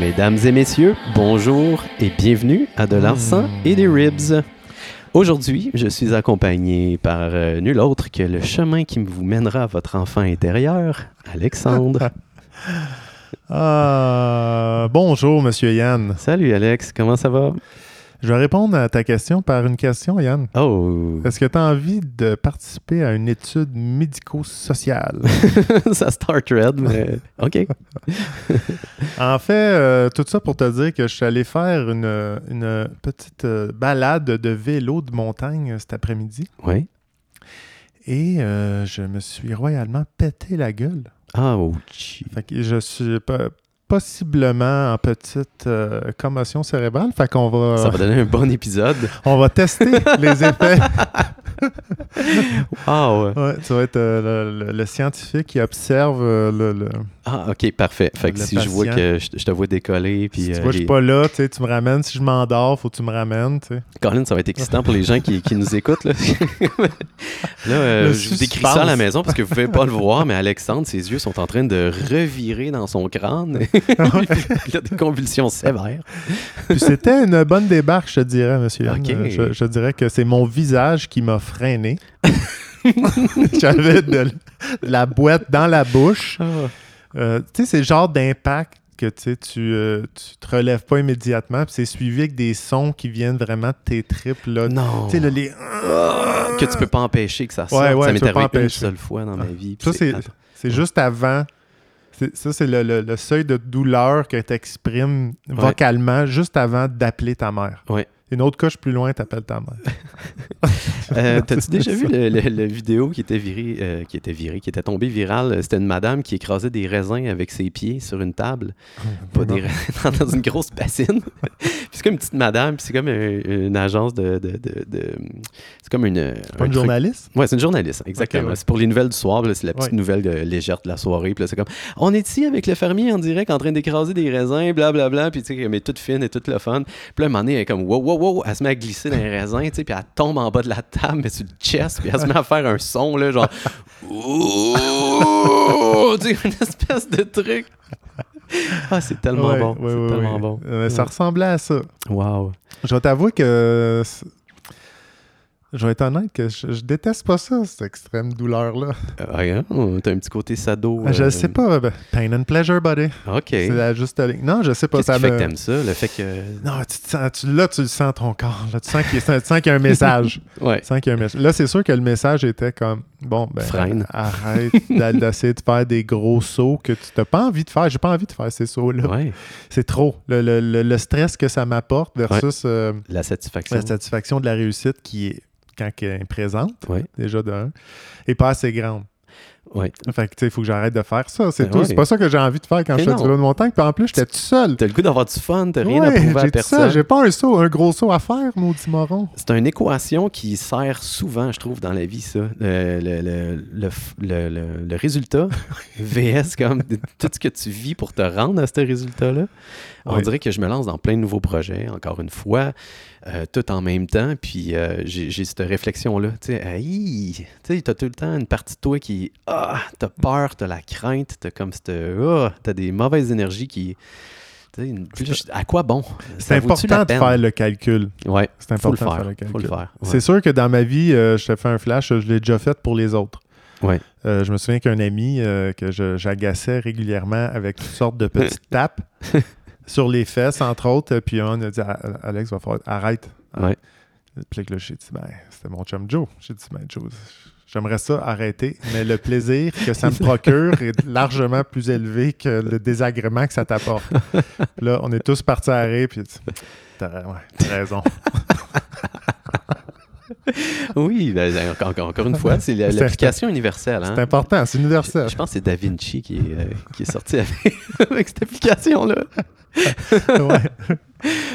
Mesdames et messieurs, bonjour et bienvenue à De l'encens et des ribs. Aujourd'hui, je suis accompagné par euh, nul autre que le chemin qui vous mènera à votre enfant intérieur, Alexandre. Ah, bonjour, Monsieur Yann. Salut Alex, comment ça va? Je vais répondre à ta question par une question, Yann. Oh, Est-ce que tu as envie de participer à une étude médico-sociale? ça start red, mais ok. en fait, euh, tout ça pour te dire que je suis allé faire une, une petite euh, balade de vélo de montagne euh, cet après-midi Oui. et euh, je me suis royalement pété la gueule. Ah, oh, chi. Fait que je suis po- possiblement en petite euh, commotion cérébrale. Fait qu'on va, Ça va donner un bon épisode. on va tester les effets Ah, ouais. Ouais, tu vas être euh, le, le- le scientifique qui observe euh, le. le- Ah, ok, parfait. Fait que Le si je vois patient. que je, je te vois décoller, puis si tu euh, vois, je suis les- pas là, tu sais, tu me ramènes. Si je m'endors, faut que tu me ramènes. tu sais. Colin, ça va être excitant pour les gens qui, qui nous écoutent. Là, Là, euh, Le je vous décris suspense. ça à la maison parce que vous pouvez pas le voir, mais Alexandre, ses yeux sont en train de revirer dans son crâne. Il a des convulsions sévères. Ah, Puis c'était une bonne débarque, je te dirais, monsieur. Yann. Ok. Euh, Je, je dirais que c'est mon visage qui m'a freiné. J'avais de, l- de la boîte dans la bouche. Euh, tu sais, c'est le genre d'impact que tu sais, tu, euh, tu te relèves pas immédiatement. Puis c'est suivi avec des sons qui viennent vraiment de tes tripes. Là. Non. Tu sais, là, les. Oh. Que tu peux pas empêcher que ça sorte. Ouais, ouais, ça tu m'est peux pas arrivé une empêcher. Ah. seule fois dans ma vie. puis Ça, c'est, Attends. c'est juste avant. C'est- ça, c'est le, le- le seuil de douleur que tu exprimes vocalement juste avant d'appeler ta mère. Ouais. Une autre couche plus loin, tu appelles ta mère. Euh, T'as-tu déjà vu le, le- le vidéo qui était virée, euh, qui était virée, qui était tombée virale? C'était une madame qui écrasait des raisins avec ses pieds sur une table. Ah, pas des raisins dans une grosse bassine. Puis c'est comme une petite madame, puis c'est comme un- une agence de. de- de- de- c'est comme une. un Pas truc- une journaliste? Ouais, c'est une journaliste, exactement. ouais. C'est pour les nouvelles du soir, puis là, c'est la petite Ouais. nouvelle euh, légère de la soirée. Puis là, c'est comme on est ici avec le fermier en direct en train d'écraser des raisins, blablabla. Puis tu sais, elle est toute fine et toute le fun. Puis là, à un moment donné, elle est comme wow, wow, wow, elle se met à glisser dans les raisins, tu sais, puis elle tombe en bas de la table, mais sur le chest, puis elle se met à faire un son, là, genre Ouh! Tu sais, une espèce de truc. Ah, c'est tellement Ouais, bon. ouais, c'est ouais, tellement ouais. bon. Euh, Ça Ouais. ressemblait à ça. Wow. Je vais t'avouer que. c'est- Je vais être honnête que je, je déteste pas ça, cette extrême douleur-là. Euh, regarde, oh, T'as un petit côté sado. Je euh, sais pas. ben, pain and pleasure, buddy. OK. C'est Qu'est-ce la juste ligne. Non, je sais pas. qui ça fait me- que t'aimes ça? Le fait que. Non, tu te sens, tu- là, tu le sens ton corps. Là, tu sens qu'il tu sens qu'il y a un message. Ouais. Tu sens qu'il y a un message. Là, c'est sûr que le message était comme bon, ben, Freine. arrête d'a- d'essayer de faire des gros sauts que tu n'as pas envie de faire. J'ai pas envie de faire ces sauts-là. Ouais. C'est trop. Le, le- le- le stress que ça m'apporte versus euh, La satisfaction. la satisfaction de la réussite qui est quand elle est présente, Ouais. déjà de un, est pas assez grande. Ouais. Fait que, tu sais, il faut que j'arrête de faire ça. C'est Ben tout. ouais. C'est pas ça que j'ai envie de faire quand Mais je non. fais du vélo de montagne. Puis en plus, j'étais tout seul. T'as le goût d'avoir du fun, t'as rien à Ouais, prouver à j'ai tout ça. personne. J'ai pas un saut, un gros saut à faire, maudit moron. C'est une équation qui sert souvent, je trouve, dans la vie, ça. Le, le- le- le f- le- le- le résultat, VS, comme de- tout ce que tu vis pour te rendre à ce résultat-là. On Oui. dirait que je me lance dans plein de nouveaux projets, encore une fois, euh, tout en même temps. Puis euh, j'ai j'ai cette réflexion-là. Tu sais, aïe, tu sais, t'as tout le temps une partie de toi qui, ah, t'as peur, t'as la crainte, t'as comme cette, ah, t'as des mauvaises énergies qui. tu sais, une- puis là, je- à quoi bon? C'est Ça vaut-tu la important de peine? faire le calcul. Ouais, C'est faut le important de faire. faire le calcul. Faut le faire. ouais. C'est sûr que dans ma vie, euh, je te fais un flash, je l'ai déjà fait pour les autres. Ouais. Euh, je me souviens qu'un ami euh, que je- j'agaçais régulièrement avec toutes sortes de petites tapes sur les fesses, entre autres. Puis on a dit à- à Alex, va falloir, arrête. Ah. Ouais. Puis là, j'ai dit, ben, c'était mon chum Joe. J'ai dit, ben, Joe, j'aimerais ça arrêter, mais le plaisir que ça me procure est largement plus élevé que le désagrément que ça t'apporte. Puis là, on est tous partis à rire, puis il dit, t'as ouais, t'as raison. Oui, ben, encore, encore- encore une fois, c'est la- C'est- l'application universelle. hein. C'est important, c'est universel. Je pense que c'est Da Vinci qui est, euh, qui est sorti avec, avec cette application-là. Ouais.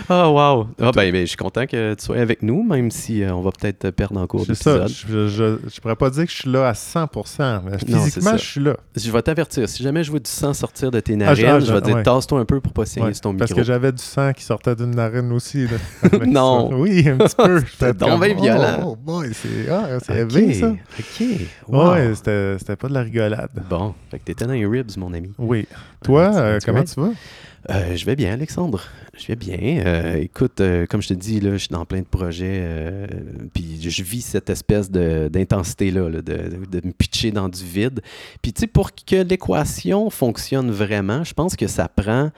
Ah, wow. Ah, ben, ben, je suis content que tu sois avec nous, même si euh, on va peut-être te perdre en cours C'est ça. d'épisode. Je, je, je pourrais pas dire que je suis là à 100%, mais Non, c'est physiquement, ça. je suis là. Je vais t'avertir. Si jamais je vois du sang sortir de tes Ah, je- narines, ah, je, je- vais dire ouais. tasse-toi un peu pour pas saigner Ouais, sur ton parce micro. que j'avais du sang qui sortait d'une narine aussi. là, avec Non. ça. Oui, un petit peu. J'étais donc comme, bien oh, violent. Oh, boy, c'est ah, c'est Ok, élevé, ça. OK. Wow. Ouais, c'était c'était pas de la rigolade. Bon, fait que t'étais dans les ribs, mon ami. Oui. Toi, that's- euh, that's comment right. tu vas? Euh, je vais bien, Alexandre. Je vais bien. Euh, écoute, euh, comme je te dis, là, je suis dans plein de projets. euh, puis je vis cette espèce de- d'intensité-là, là, de, de me pitcher dans du vide. Puis tu sais, pour que l'équation fonctionne vraiment, je pense que ça prend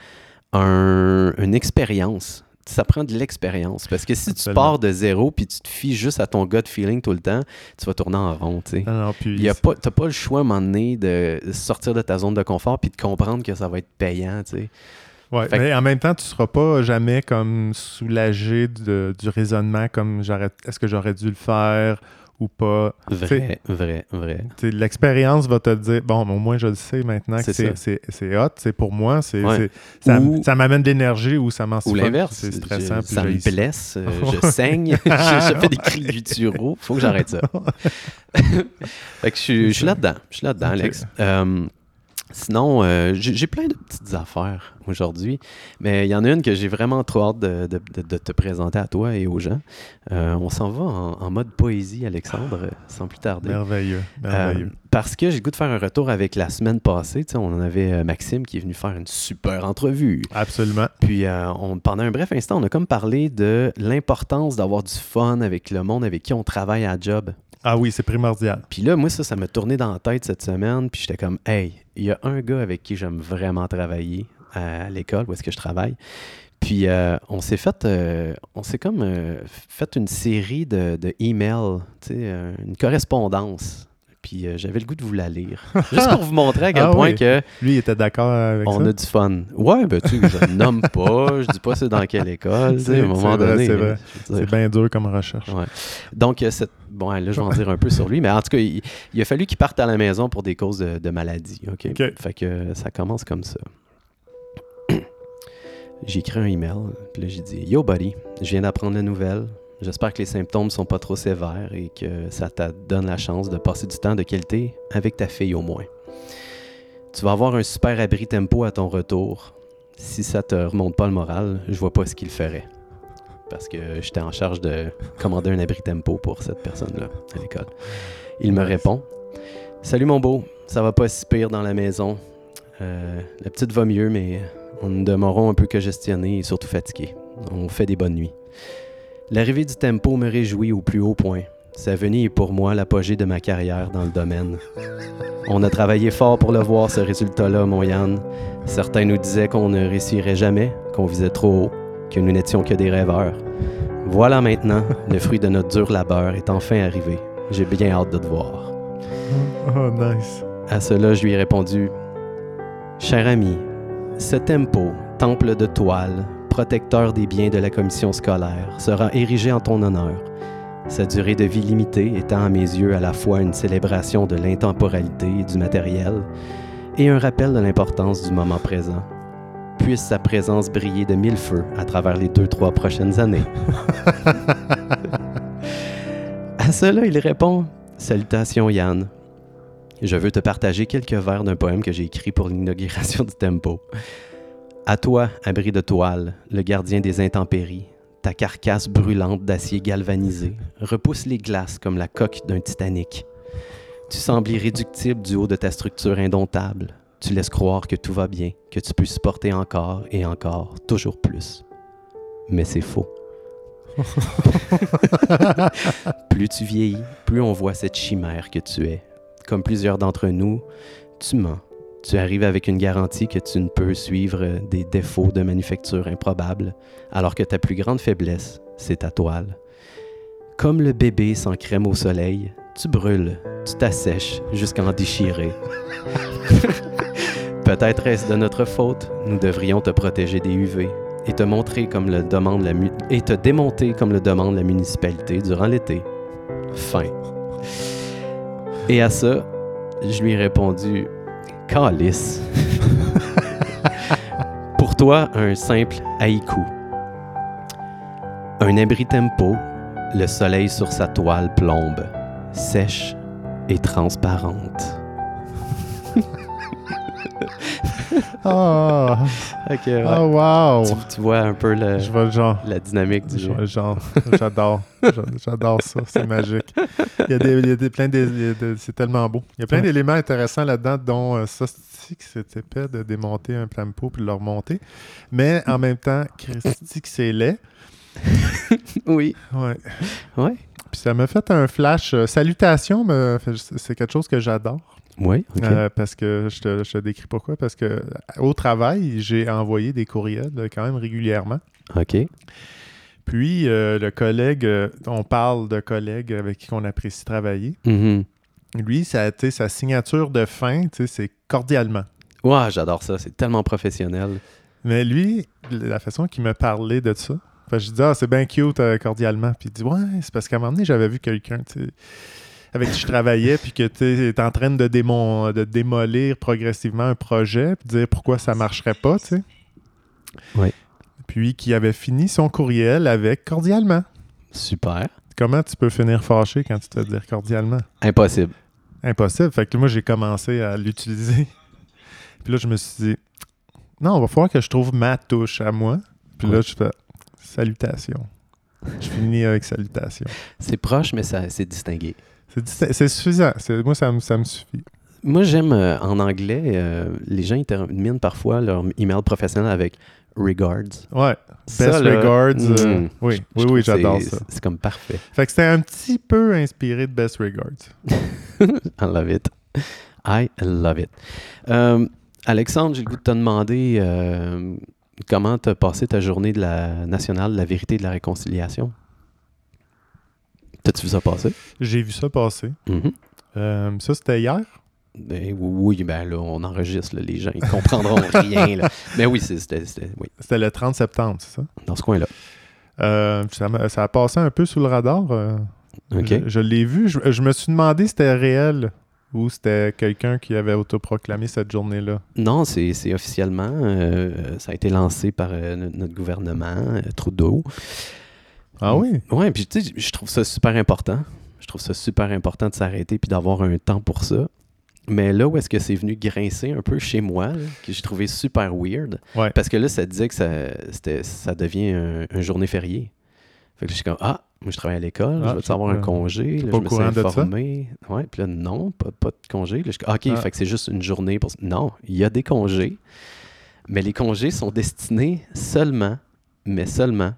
un- une expérience. Ça prend de l'expérience. Parce que si Absolument. tu pars de zéro puis tu te fies juste à ton gut feeling tout le temps, tu vas tourner en rond, tu sais. Non, non, puis Il y a pas, t'as pas le choix à un moment donné de sortir de ta zone de confort puis de comprendre que ça va être payant, tu sais. Ouais, Fait que- mais en même temps, tu seras pas jamais comme soulagé de- du raisonnement comme j'aurais est-ce que j'aurais dû le faire ou pas. Vrai, vrai, vrai. T'sais, L'expérience va te dire bon, mais au moins je le sais maintenant que C'est c'est- ça. c'est c'est hot, c'est pour moi, c'est Ouais. c'est- ça, Ou- ça m'amène de l'énergie ou ça m'en Ou suffoque, l'inverse. c'est je- stressant puis ça je me haïs ça. blesse, euh, je saigne, je, je fais des cris gutturaux. Faut que j'arrête ça. fait que je, suis- je suis là-dedans. Je suis là-dedans, Ok. Alex. Euh, sinon, euh, j'ai j'ai plein de petites affaires aujourd'hui, mais il y en a une que j'ai vraiment trop hâte de, de- de- de te présenter à toi et aux gens. Euh, on s'en va en, en mode poésie, Alexandre, sans plus tarder. Merveilleux, merveilleux. Euh, parce que j'ai le goût de faire un retour avec la semaine passée. Tu sais, on en avait euh, Maxime qui est venu faire une super entrevue. Absolument. Puis euh, on- pendant un bref instant, on a comme parlé de l'importance d'avoir du fun avec le monde avec qui on travaille à job. Ah oui, c'est primordial. Puis là, moi, ça, ça m'a tourné dans la tête cette semaine. Puis j'étais comme, hey, il y a un gars avec qui j'aime vraiment travailler euh, à, à l'école où est-ce que je travaille. Puis euh, on s'est fait, euh, on s'est comme euh, fait une série de, de emails, tu sais, euh, une correspondance. Puis euh, j'avais le goût de vous la lire. Juste pour vous montrer à quel Ah point oui. que Lui, il était d'accord avec on ça. a du fun. Ouais, ben tu sais, je ne nomme pas, je dis pas c'est dans quelle école, tu sais, à C'est- un moment c'est vrai, donné. c'est vrai. je veux dire. C'est bien dur comme recherche. Ouais. Donc, euh, cette... bon, là, je vais en dire un peu sur lui, mais en tout cas, il, il a fallu qu'il parte à la maison pour des causes de, de maladie. OK? OK. Fait que euh, ça commence comme ça. j'ai écrit un email, puis là, j'ai dit Yo, buddy, je viens d'apprendre la nouvelle. J'espère que les symptômes sont pas trop sévères et que ça te donne la chance de passer du temps de qualité avec ta fille au moins. Tu vas avoir un super abri tempo à ton retour. Si ça te remonte pas le moral, je vois pas ce qu'il ferait. Parce que j'étais en charge de commander un abri tempo pour cette personne-là à l'école. Il me Nice. répond Salut mon beau, ça va pas si pire dans la maison. Euh, la petite va mieux, mais on nous demeurons un peu congestionnés et surtout fatigués. On fait des bonnes nuits. L'arrivée du tempo me réjouit au plus haut point. Sa venue est pour moi l'apogée de ma carrière dans le domaine. On a travaillé fort pour le voir, ce résultat-là, mon Yann. Certains nous disaient qu'on ne réussirait jamais, qu'on visait trop haut, que nous n'étions que des rêveurs. Voilà maintenant, le fruit de notre dur labeur est enfin arrivé. J'ai bien hâte de te voir. Oh, nice. À cela, je lui ai répondu Cher ami, ce tempo, temple de toile, protecteur des biens de la commission scolaire, sera érigé en ton honneur. Sa durée de vie limitée étant à mes yeux à la fois une célébration de l'intemporalité et du matériel et un rappel de l'importance du moment présent. Puisse sa présence briller de mille feux à travers les deux, trois prochaines années. à cela, il répond Salutations, Yann. Je veux te partager quelques vers d'un poème que j'ai écrit pour l'inauguration du tempo. À toi, abri de toile, le gardien des intempéries, ta carcasse brûlante d'acier galvanisé repousse les glaces comme la coque d'un Titanic. Tu sembles irréductible du haut de ta structure indomptable. Tu laisses croire que tout va bien, que tu peux supporter encore et encore, toujours plus. Mais c'est faux. plus tu vieillis, plus on voit cette chimère que tu es. Comme plusieurs d'entre nous, tu mens. Tu arrives avec une garantie que tu ne peux suivre euh, des défauts de manufacture improbables, alors que ta plus grande faiblesse, c'est ta toile. Comme le bébé sans crème au soleil, tu brûles, tu t'assèches jusqu'à en déchirer. Peut-être est-ce de notre faute, nous devrions te protéger des UV et te montrer comme le demande la mu- et te démonter comme le demande la municipalité durant l'été. Fin. Et à ça, je lui ai répondu Calice. Pour toi, un simple haïku. Un abri tempo, le soleil sur sa toile plombe, sèche et transparente. Oh, Ok, ouais. oh wow. tu, tu vois euh, un peu le- Je vois le genre. la dynamique du Je jeu. vois le genre. J'adore. J'a- J'adore ça. C'est magique. Il y a des, il y a des- plein des- il y a de- c'est tellement beau. Il y a plein Ouais. d'éléments intéressants là-dedans, dont euh, ça, c'est que c'est épais de démonter un plampo puis de le remonter. Mais en même temps, Christy, que c'est laid. Oui. Ouais. Ouais. Puis ça m'a fait un flash. euh, Salutations, me- fait- c'est quelque chose que j'adore. Oui, ok. Euh, parce que je te, je te décris pourquoi. Parce que euh, au travail, j'ai envoyé des courriels euh, quand même régulièrement. Ok. Puis euh, le collègue, euh, on parle de collègues avec qui on apprécie travailler. Mhm. Lui, ça a été sa signature de fin, tu sais, c'est cordialement. Ouais, j'adore ça. C'est tellement professionnel. Mais lui, la façon qu'il me parlait de ça, fait que je dis, ah, c'est bien cute, euh, cordialement. Puis il dit, ouais, c'est parce qu'à un moment donné, j'avais vu quelqu'un, tu sais, avec qui je travaillais, puis que tu es en train de, démon- de démolir progressivement un projet, puis dire pourquoi ça marcherait pas, tu sais. Ouais. Puis qui avait fini son courriel avec cordialement. Super. Comment tu peux finir fâché quand tu te dis cordialement? Impossible. Impossible. Fait que moi, j'ai commencé à l'utiliser. Puis là, je me suis dit, non, on va falloir que je trouve ma touche à moi. Puis là, Ouais. je fais salutation. Je finis avec salutation. C'est proche, mais ça, c'est distingué. C'est dista- C'est suffisant. C'est- Moi, ça me, ça me suffit. Moi, j'aime euh, en anglais, euh, les gens terminent parfois leur email professionnel avec regards. Ouais. Best Ça, là, regards. mm, euh, oui, je oui, oui, trouve que j'adore c'est- ça. C'est comme parfait. Fait que c'était un petit peu inspiré de Best Regards. I love it. I love it. Euh, Alexandre, j'ai le goût de te demander euh, comment t'as passé ta journée de la nationale de la vérité et de la réconciliation. T'as-tu vu ça passer? J'ai vu ça passer. Mhm. Euh, ça, c'était hier. Ben oui, oui, ben là, on enregistre, là, les gens, ils comprendront rien. Là. Mais oui, c'est- c'était c'était- oui, C'était le 30 septembre, c'est ça? dans ce coin-là. Euh, ça, m'a- ça a passé un peu sous le radar. euh, OK. Je, je l'ai vu. Je, je me suis demandé si c'était réel ou c'était quelqu'un qui avait autoproclamé cette journée-là. Non, c'est c'est officiellement, euh, ça a été lancé par euh, no- notre gouvernement, euh, Trudeau. Ah oui? Oui, puis tu sais, je trouve ça super important. Je trouve ça super important de s'arrêter puis d'avoir un temps pour ça. Mais là où est-ce que c'est venu grincer un peu chez moi, là, que j'ai trouvé super weird, Ouais. parce que là, ça disait que ça, c'était- ça devient un, un journée fériée. Fait que je suis comme, ah, moi je travaille à l'école, Ah, je vais je- avoir un euh, congé, là, pas je au me suis courant de ça? informé. Ouais, puis là, non, pas, pas de congé. Là, je suis comme, ah, ok, Ah. fait que c'est juste une journée pour. Non, il y a des congés, mais les congés sont destinés seulement, mais seulement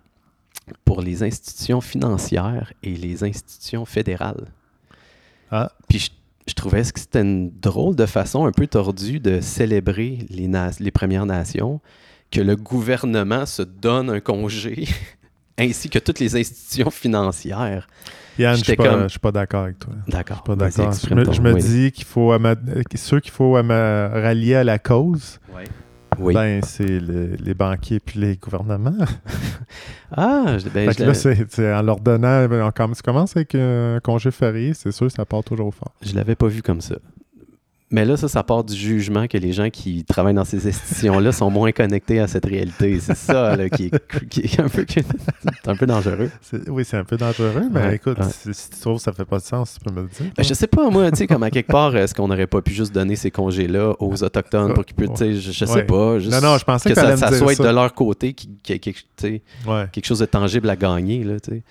pour les institutions financières et les institutions fédérales. Ah. Puis je, je trouvais que c'était une drôle de façon un peu tordue de célébrer les, na- les Premières Nations, que le gouvernement se donne un congé, ainsi que toutes les institutions financières. Yann, je suis J'étais pas, comme- je suis pas d'accord avec toi. D'accord. Je suis pas Vas-y, d'accord. Je exprime me, ton- je me oui. dis qu'il faut ama- euh, ceux qu'il faut ama- rallier à la cause, Oui. ben c'est le- les banquiers puis les gouvernements. ah, je- ben, Fait je que la- là, c'est c'est en leur donnant, ben, on commence- tu commences avec euh, un congé férié, c'est sûr ça part toujours fort. Je l'avais pas vu comme ça. Mais là, ça, ça part du jugement que les gens qui travaillent dans ces institutions-là sont moins connectés à cette réalité. C'est ça là, qui, est, qui est un peu, c'est un peu dangereux. C'est- Oui, c'est un peu dangereux, mais Ouais, écoute, ouais. si, si tu trouves que ça fait pas de sens, tu peux me le dire. Ben, je sais pas, moi, tu sais, comme à quelque part, est-ce qu'on n'aurait pas pu juste donner ces congés-là aux Autochtones pour qu'ils puissent, tu sais, je, je sais Ouais. pas. juste Non, non, je pensais que que ça, t'allais ça me dire soit ça. de leur côté, qui- qui- qui- tu sais, Ouais. quelque chose de tangible à gagner, là, tu sais.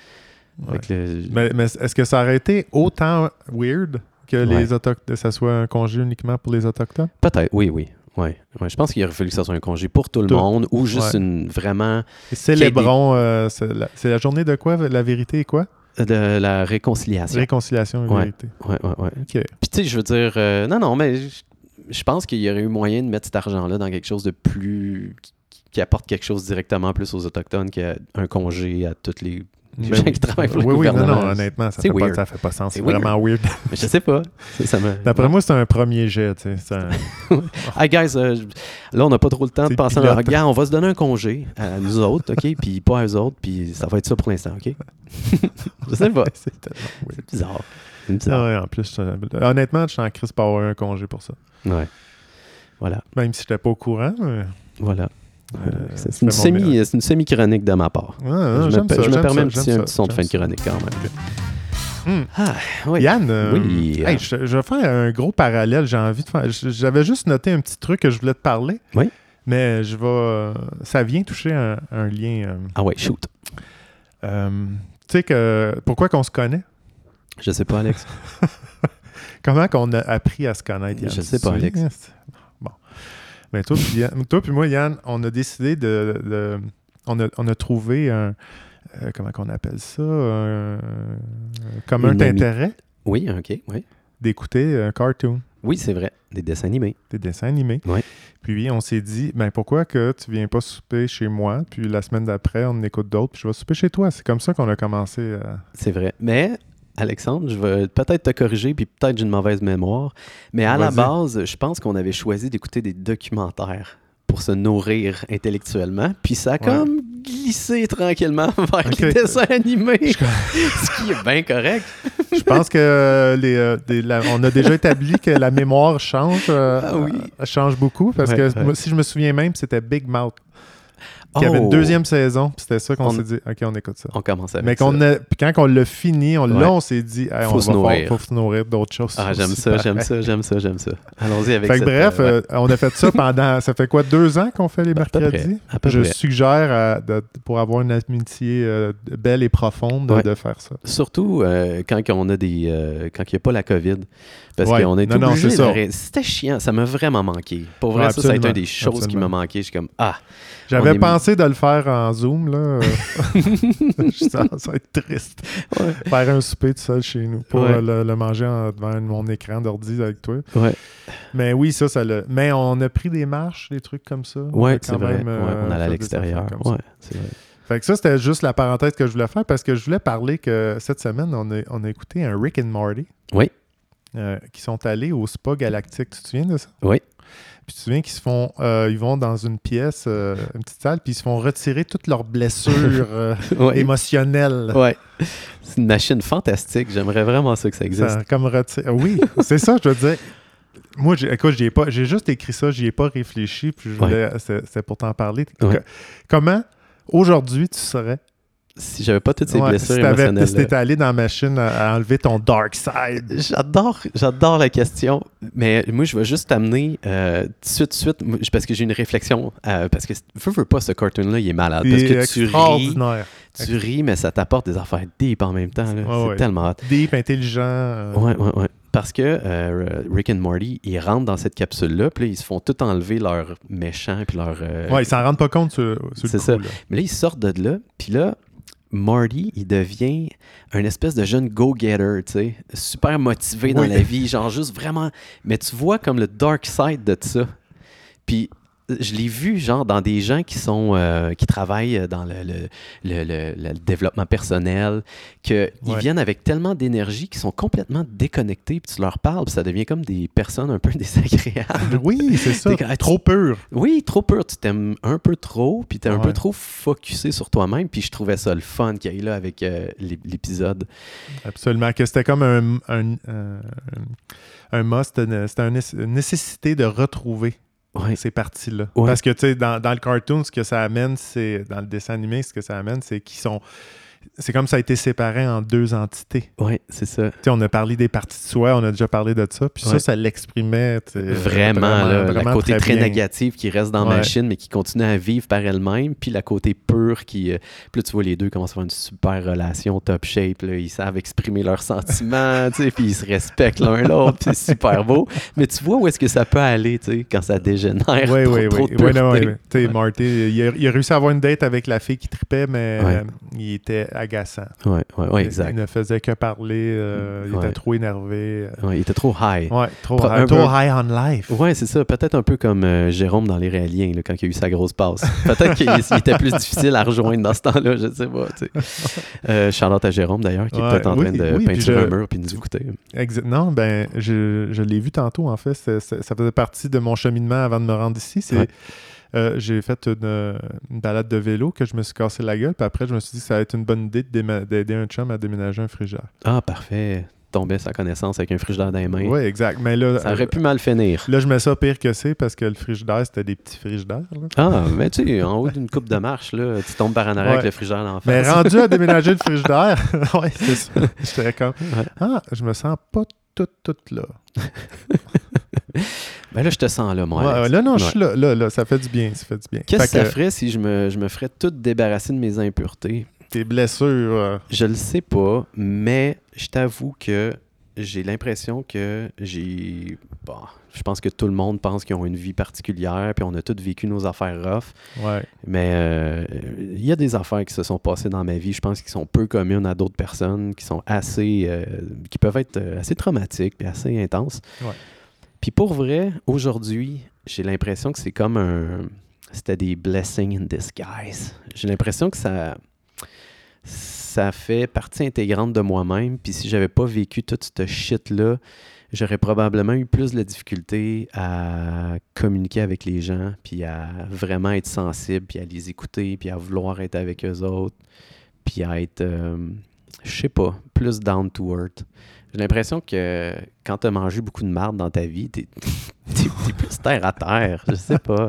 Fait Ouais. que le- Mais, mais est-ce que ça aurait été autant weird que Ouais. les autochtones, ça soit un congé uniquement pour les autochtones? Peut-être, oui, oui. Ouais. Ouais, je pense qu'il aurait fallu que ça soit un congé pour tout le Tout. monde ou juste Ouais. une vraiment Et célébrons, euh, c'est la, c'est la journée de quoi? La vérité et quoi? de la réconciliation. Réconciliation et Ouais. vérité. Ouais, ouais, ouais. OK. Puis tu sais, je veux dire, euh, non, non, mais je- je pense qu'il y aurait eu moyen de mettre cet argent-là dans quelque chose de plus. qui- qui apporte quelque chose directement plus aux Autochtones qu'un congé à toutes les. Les Mais gens oui. qui travaillent pour le oui, oui, non, gouvernement. non, honnêtement, ça C'est fait, pas, weird. ça fait pas sens. C'est C'est vraiment weird. Mais je sais pas. Ça, ça me- D'après moi, c'est un premier jet. tu sais, c'est un- Hey guys, euh, je- là, on n'a pas trop le temps de C'est penser à pilote. Regarde, on va se donner un congé à nous autres, OK? Puis pas à eux autres, puis ça va être ça pour l'instant, OK? je sais pas. c'est tellement weird. C'est bizarre. C'est bizarre. Ah ouais, en plus, euh, honnêtement, je suis en crise pour avoir eu un congé pour ça. Ouais. Voilà. Même si je n'étais pas au courant. mais- Voilà. Euh, c'est je une, fais mon semi, mélange. c'est une semi-chronique de ma part. Ah, ah, je me, j'aime pe- ça, je me j'aime permets ça, un petit, un j'aime ça, petit son de j'aime fin de ça. chronique quand même. Hmm. Ah, oui. Yann, euh, Oui. hey, je, je vais faire un gros parallèle. J'ai envie de faire. je- J'avais juste noté un petit truc que je voulais te parler. Oui. Mais je vais. euh, Ça vient toucher un, un lien. euh, Ah ouais, shoot. euh, tu sais que pourquoi qu'on se connaît Je sais pas, Alex. Comment qu'on a appris à se connaître Yann Je sais Tu te pas, souviens? Bon. Mais toi puis Yann- toi puis moi Yann, on a décidé de, de- on, a, on a trouvé un euh, comment qu'on appelle ça un, comme un Une amie. intérêt Oui, ok, oui. d'écouter un cartoon. Oui, c'est vrai. Des dessins animés. des dessins animés. Ouais. Puis on s'est dit, ben pourquoi que tu viens pas souper chez moi, puis la semaine d'après, on en écoute d'autres, puis je vais souper chez toi. C'est comme ça qu'on a commencé. euh, C'est vrai. Mais, Alexandre, je vais peut-être te corriger, puis peut-être j'ai une mauvaise mémoire. Mais à la Vas-y. base, je pense qu'on avait choisi d'écouter des documentaires pour se nourrir intellectuellement. Puis ça a comme glissé tranquillement vers Ok. les dessins animés. Ce qui est bien correct. Je pense que euh, les, euh, des- la- on a déjà établi que la mémoire change, euh, Ah oui. euh, change beaucoup, parce Ouais, que ouais. moi, si je me souviens même, c'était Big Mouth qui avait une Oh! deuxième saison, puis c'était ça qu'on On- s'est dit, ok, on écoute ça. On commence avec Mais ça. qu'on a- puis quand on l'a fini, on, Ouais. là, on s'est dit, Hey, Faut on se va nourrir. Faut se nourrir d'autres choses. Ah, j'aime aussi, ça, j'aime pareil. ça, j'aime ça, j'aime ça. Allons-y avec Fait que cette, bref, euh, ouais. euh, on a fait ça pendant. Ça fait quoi, deux ans qu'on fait les À peu près, mercredis? à peu Je près. suggère à- de- pour avoir une amitié euh, belle et profonde Ouais. de faire ça. Surtout euh, quand on a des euh, quand il n'y a pas la COVID. Parce Ouais. qu'on a été Non, non, obligé c'est de ça. ré- C'était chiant, ça m'a vraiment manqué. Pour vrai, Ouais, ça, ça a été absolument, une des choses qui m'a absolument. manqué. Je suis comme Ah, On J'avais est- pensé de le faire en Zoom, là. euh, je sens que ça va être triste. Ouais. Faire un souper tout seul chez nous pour Ouais. euh, le, le manger en- devant mon écran d'ordi avec toi. ouais, Mais oui, ça, ça l'a. Mais on a pris des marches, des trucs comme ça. On a ouais quand c'est vrai. même, euh, Ouais, on allait fait à des l'extérieur. affaires comme ça. Ouais, c'est vrai. Fait que ça, c'était juste la parenthèse que je voulais faire parce que je voulais parler que cette semaine, on a, on a écouté un Rick and Morty. Oui. Euh, qui sont allés au Spa Galactique. Tu te souviens de ça? Oui. Puis tu te souviens qu'ils se font, euh, ils vont dans une pièce, euh, une petite salle, puis ils se font retirer toutes leurs blessures euh, Ouais. émotionnelles. Ouais. C'est une machine fantastique. J'aimerais vraiment ça que ça existe. Ça, comme reti- euh, Oui, c'est ça, je veux dire. Moi, j'ai- écoute, j'y ai pas, j'ai juste écrit ça, j'y ai pas réfléchi, puis je Ouais. voulais, c'est- c'est pour t'en parler. Ouais. Que- Comment, aujourd'hui, tu serais Si j'avais pas toutes ces Ouais, blessures si t'avais- si émotionnelles. euh, t'étais allé dans la machine à, à enlever ton dark side. J'adore, j'adore la question, mais moi je vais juste t'amener euh, tout de suite, tout de suite, moi, parce que j'ai une réflexion, euh, parce que veux, veux pas ce cartoon-là, il est malade, Ah, parce Il est que tu ris, extraordinaire. tu ris, mais ça t'apporte des affaires deep en même temps, là. Ouais, c'est ouais. tellement hot. Deep, intelligent. euh, Ouais, ouais, ouais. Parce que euh, Rick and Morty, ils rentrent dans cette capsule-là, puis là, ils se font tout enlever leurs méchants, puis leurs... euh, ouais, ils s'en rendent pas compte sur, sur C'est le coup. ça. là. mais là, ils sortent de là, puis là, Marty, il devient un espèce de jeune go-getter, tu sais, super motivé dans Oui. la vie, genre juste vraiment. Mais tu vois comme le dark side de ça. Puis je l'ai vu, genre, dans des gens qui sont euh, qui travaillent dans le, le, le- le- le développement personnel, qu'ils Ouais. viennent avec tellement d'énergie qu'ils sont complètement déconnectés, puis tu leur parles, puis ça devient comme des personnes un peu désagréables. Oui, c'est ça. T'es quand- Trop pur. Oui, trop pur. Tu t'aimes un peu trop, puis t'es un Ouais. peu trop focusé sur toi-même. Puis je trouvais ça le fun qu'il y ait là avec euh, l'ép- l'épisode. Absolument. Que c'était comme un, un, un, un must, une- c'était une, une nécessité de retrouver Ouais. ces parties-là. Ouais. Parce que, tu sais, dans, dans le cartoon, ce que ça amène, c'est. Dans le dessin animé, ce que ça amène, c'est qu'ils sont. C'est comme ça a été séparé en deux entités. Ouais, c'est ça. Tu sais, on a parlé des parties de soi, on a déjà parlé de ça, puis Ouais. ça, ça l'exprimait. tu sais, Vraiment, là, la euh, vraiment côté très, bien. négative qui reste dans la Ouais. machine, mais qui continue à vivre par elle-même. Puis la côté pure qui. euh, puis là, tu vois, les deux commencent à avoir une super relation, top shape. là. Ils savent exprimer leurs sentiments, tu sais, puis ils se respectent l'un l'autre. puis C'est super beau. Mais tu vois où est-ce que ça peut aller, tu sais, quand ça dégénère. Oui, trop, oui, oui. trop de Oui, non, pureté. oui, oui. Tu sais, Marty, il a, il a réussi à avoir une date avec la fille qui tripait, mais Ouais. euh, il était agaçant. Ouais, ouais, ouais, exact. Il ne faisait que parler, euh, il Ouais. était trop énervé. euh. Ouais, il était trop high. Ouais, trop, Pro- un high, trop peu- high on life. Ouais, c'est ça. Peut-être un peu comme euh, Jérôme dans Les Réaliens, là, quand il a eu sa grosse passe. Peut-être qu'il il était plus difficile à rejoindre dans ce temps-là, je sais pas. tu sais. Euh, Charlotte à Jérôme, d'ailleurs, qui est Ouais, peut-être en train oui, de oui, puis peinturer je- un mur puis nous écouter. Exa- Non, ben, je, je l'ai vu tantôt, en fait. C'est- c'est- ça faisait partie de mon cheminement avant de me rendre ici. C'est, Ouais. euh, j'ai fait une, une balade de vélo que je me suis cassé la gueule, puis après, je me suis dit que ça allait être une bonne idée de déma- d'aider un chum à déménager un frigère. Ah, parfait. tombait sa connaissance avec un frigidaire dans les mains. Oui, exact. Mais là, euh, Ça aurait pu mal finir. là, je mets ça pire que c'est parce que le frigidaire, c'était des petits frigidaires. là. Ah, mais tu sais, en haut d'une coupe de marche, là, tu tombes par en arrière Ouais. avec le frigidaire en Mais face. rendu à déménager le frigidaire, ouais, c'est ça. J'étais comme, Ouais. ah, je me sens pas tout, tout là. Ben là, je te sens là, moi. Ouais, Alex. là, non, je Ouais. suis là, là, là, ça fait du bien, ça fait du bien. Qu'est-ce Fait que ça que ferait si je me, je me ferais tout débarrasser de mes impuretés? Tes blessures, euh, Je le sais pas, mais je t'avoue que j'ai l'impression que j'ai. Bon, je pense que tout le monde pense qu'ils ont une vie particulière, puis on a tous vécu nos affaires rough. ouais. Mais euh, il y a des affaires qui se sont passées dans ma vie, je pense, qui sont peu communes à d'autres personnes, qui sont assez. euh, qui peuvent être euh, assez traumatiques et assez intenses. Ouais. Puis pour vrai, aujourd'hui, j'ai l'impression que c'est comme un. C'était des blessings in disguise. J'ai l'impression que ça. Ça fait partie intégrante de moi-même. Puis si j'avais pas vécu toute cette shit-là, j'aurais probablement eu plus de difficulté à communiquer avec les gens, puis à vraiment être sensible, puis à les écouter, puis à vouloir être avec eux autres, puis à être, euh, je sais pas, plus down to earth. J'ai l'impression que quand t'as mangé beaucoup de marde dans ta vie, t'es t'es- t'es plus terre à terre, je sais pas.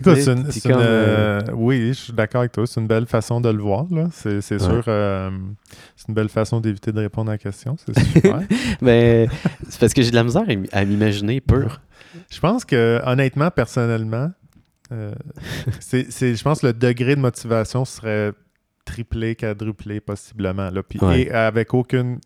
Écoute, T'es- c'est une- t'es c'est une, comme, euh, oui, je suis d'accord avec toi. C'est une belle façon de le voir. là. C'est c'est Ouais. sûr, euh, c'est une belle façon d'éviter de répondre à la question. C'est super. Mais Ben, c'est parce que j'ai de la misère à m- à m'imaginer pur. je pense que, honnêtement, personnellement, euh, c'est- c'est- je pense que le degré de motivation serait triplé, quadruplé, possiblement. Là, Puis- Ouais. Et avec aucune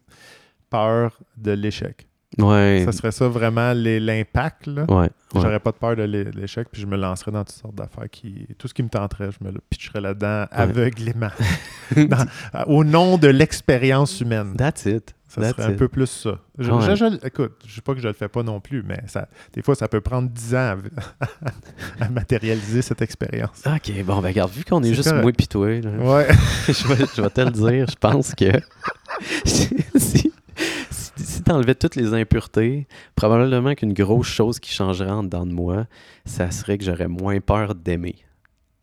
peur de l'échec. Ouais. Ça serait ça vraiment les- l'impact. là. Ouais. ouais. J'aurais pas de peur de l'é- l'échec, puis je me lancerais dans toutes sortes d'affaires. qui Tout ce qui me tenterait, je me le pitcherais là-dedans aveuglément. Dans- euh, au nom de l'expérience humaine. That's it. Ça That's serait un it. peu plus ça. Je, Ouais. je- je- écoute, je ne dis pas que je le fais pas non plus, mais ça, des fois, ça peut prendre 10 ans à, à matérialiser cette expérience. Ok, bon, ben regarde, vu qu'on est, C'est juste correct. moi et toi, là, Ouais. je, vais, je vais te le dire, je pense que si, si, si t'enlevais toutes les impuretés, probablement qu'une grosse chose qui changerait en dedans de moi, ça serait que j'aurais moins peur d'aimer.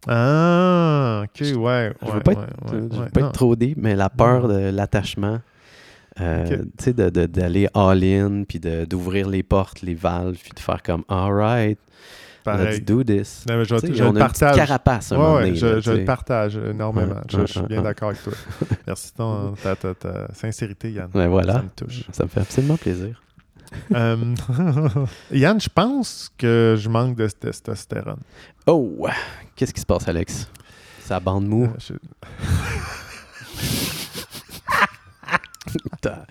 Ah, ok, ouais. Je- ouais, je veux pas être- euh, ouais, Je ouais, ne ouais, veux pas non. être trop deep, mais la peur de l'attachement, euh, Ok. tu sais, de- de- d'aller all-in, puis de- d'ouvrir les portes, les valves, puis de faire comme « All right, let's Pareil. do this ». Non, mais je, Tu sais, je on le a une petite partage. carapace à un Ouais, moment ouais, donné, je, là, je tu le sais. partage euh, énormément. Ouais, je, je suis ouais, bien ouais. d'accord avec toi. Merci de ton, ta, ta- ta sincérité, Yann. Ouais, Ça Ben voilà, me touche. ça me fait absolument plaisir. Euh, Yann, je pense que je manque de testostérone. Oh, qu'est-ce qui se passe, Alex? Ça bande mou. Euh, je- Putain.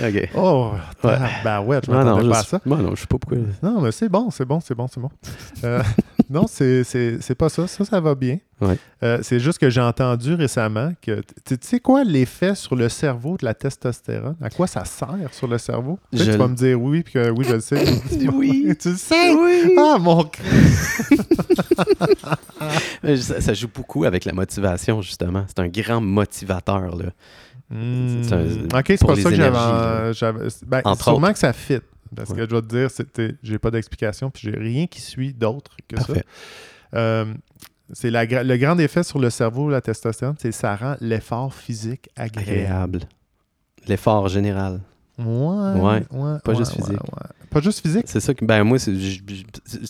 Euh, OK. Oh, Ouais. ben ouais, je Moi non, m'attendais je pas à sais- ça. moi non, je sais pas pourquoi. Non, mais c'est bon, c'est bon, c'est bon, c'est bon. Euh, non, c'est- c'est c'est pas ça. Ça, ça va bien. Ouais. Euh, c'est juste que j'ai entendu récemment que. Tu tu sais quoi l'effet sur le cerveau de la testostérone À quoi ça sert sur le cerveau Tu sais, Je Tu vas le- me dire oui, puis que oui, je le sais. Oui. tu le sais Oui. Ah, mon cr- Ça, ça joue beaucoup avec la motivation, justement. C'est un grand motivateur, là. Hmm. C'est un- Ok, c'est pour pas les ça que j'avais. énergies, là. euh, j'avais- ben, Entre sûrement que ça fit. Parce Ouais. que je dois te dire, c'était, j'ai pas d'explication, puis j'ai rien qui suit d'autre que ça. Parfait. Euh, c'est la gra- le grand effet sur le cerveau, la testostérone, c'est que ça rend l'effort physique agréable. Agréable. L'effort général. Ouais, Ouais, ouais, pas ouais, juste ouais, physique. ouais. Pas juste physique. C'est ça que, ben moi, c'est- je- je- tu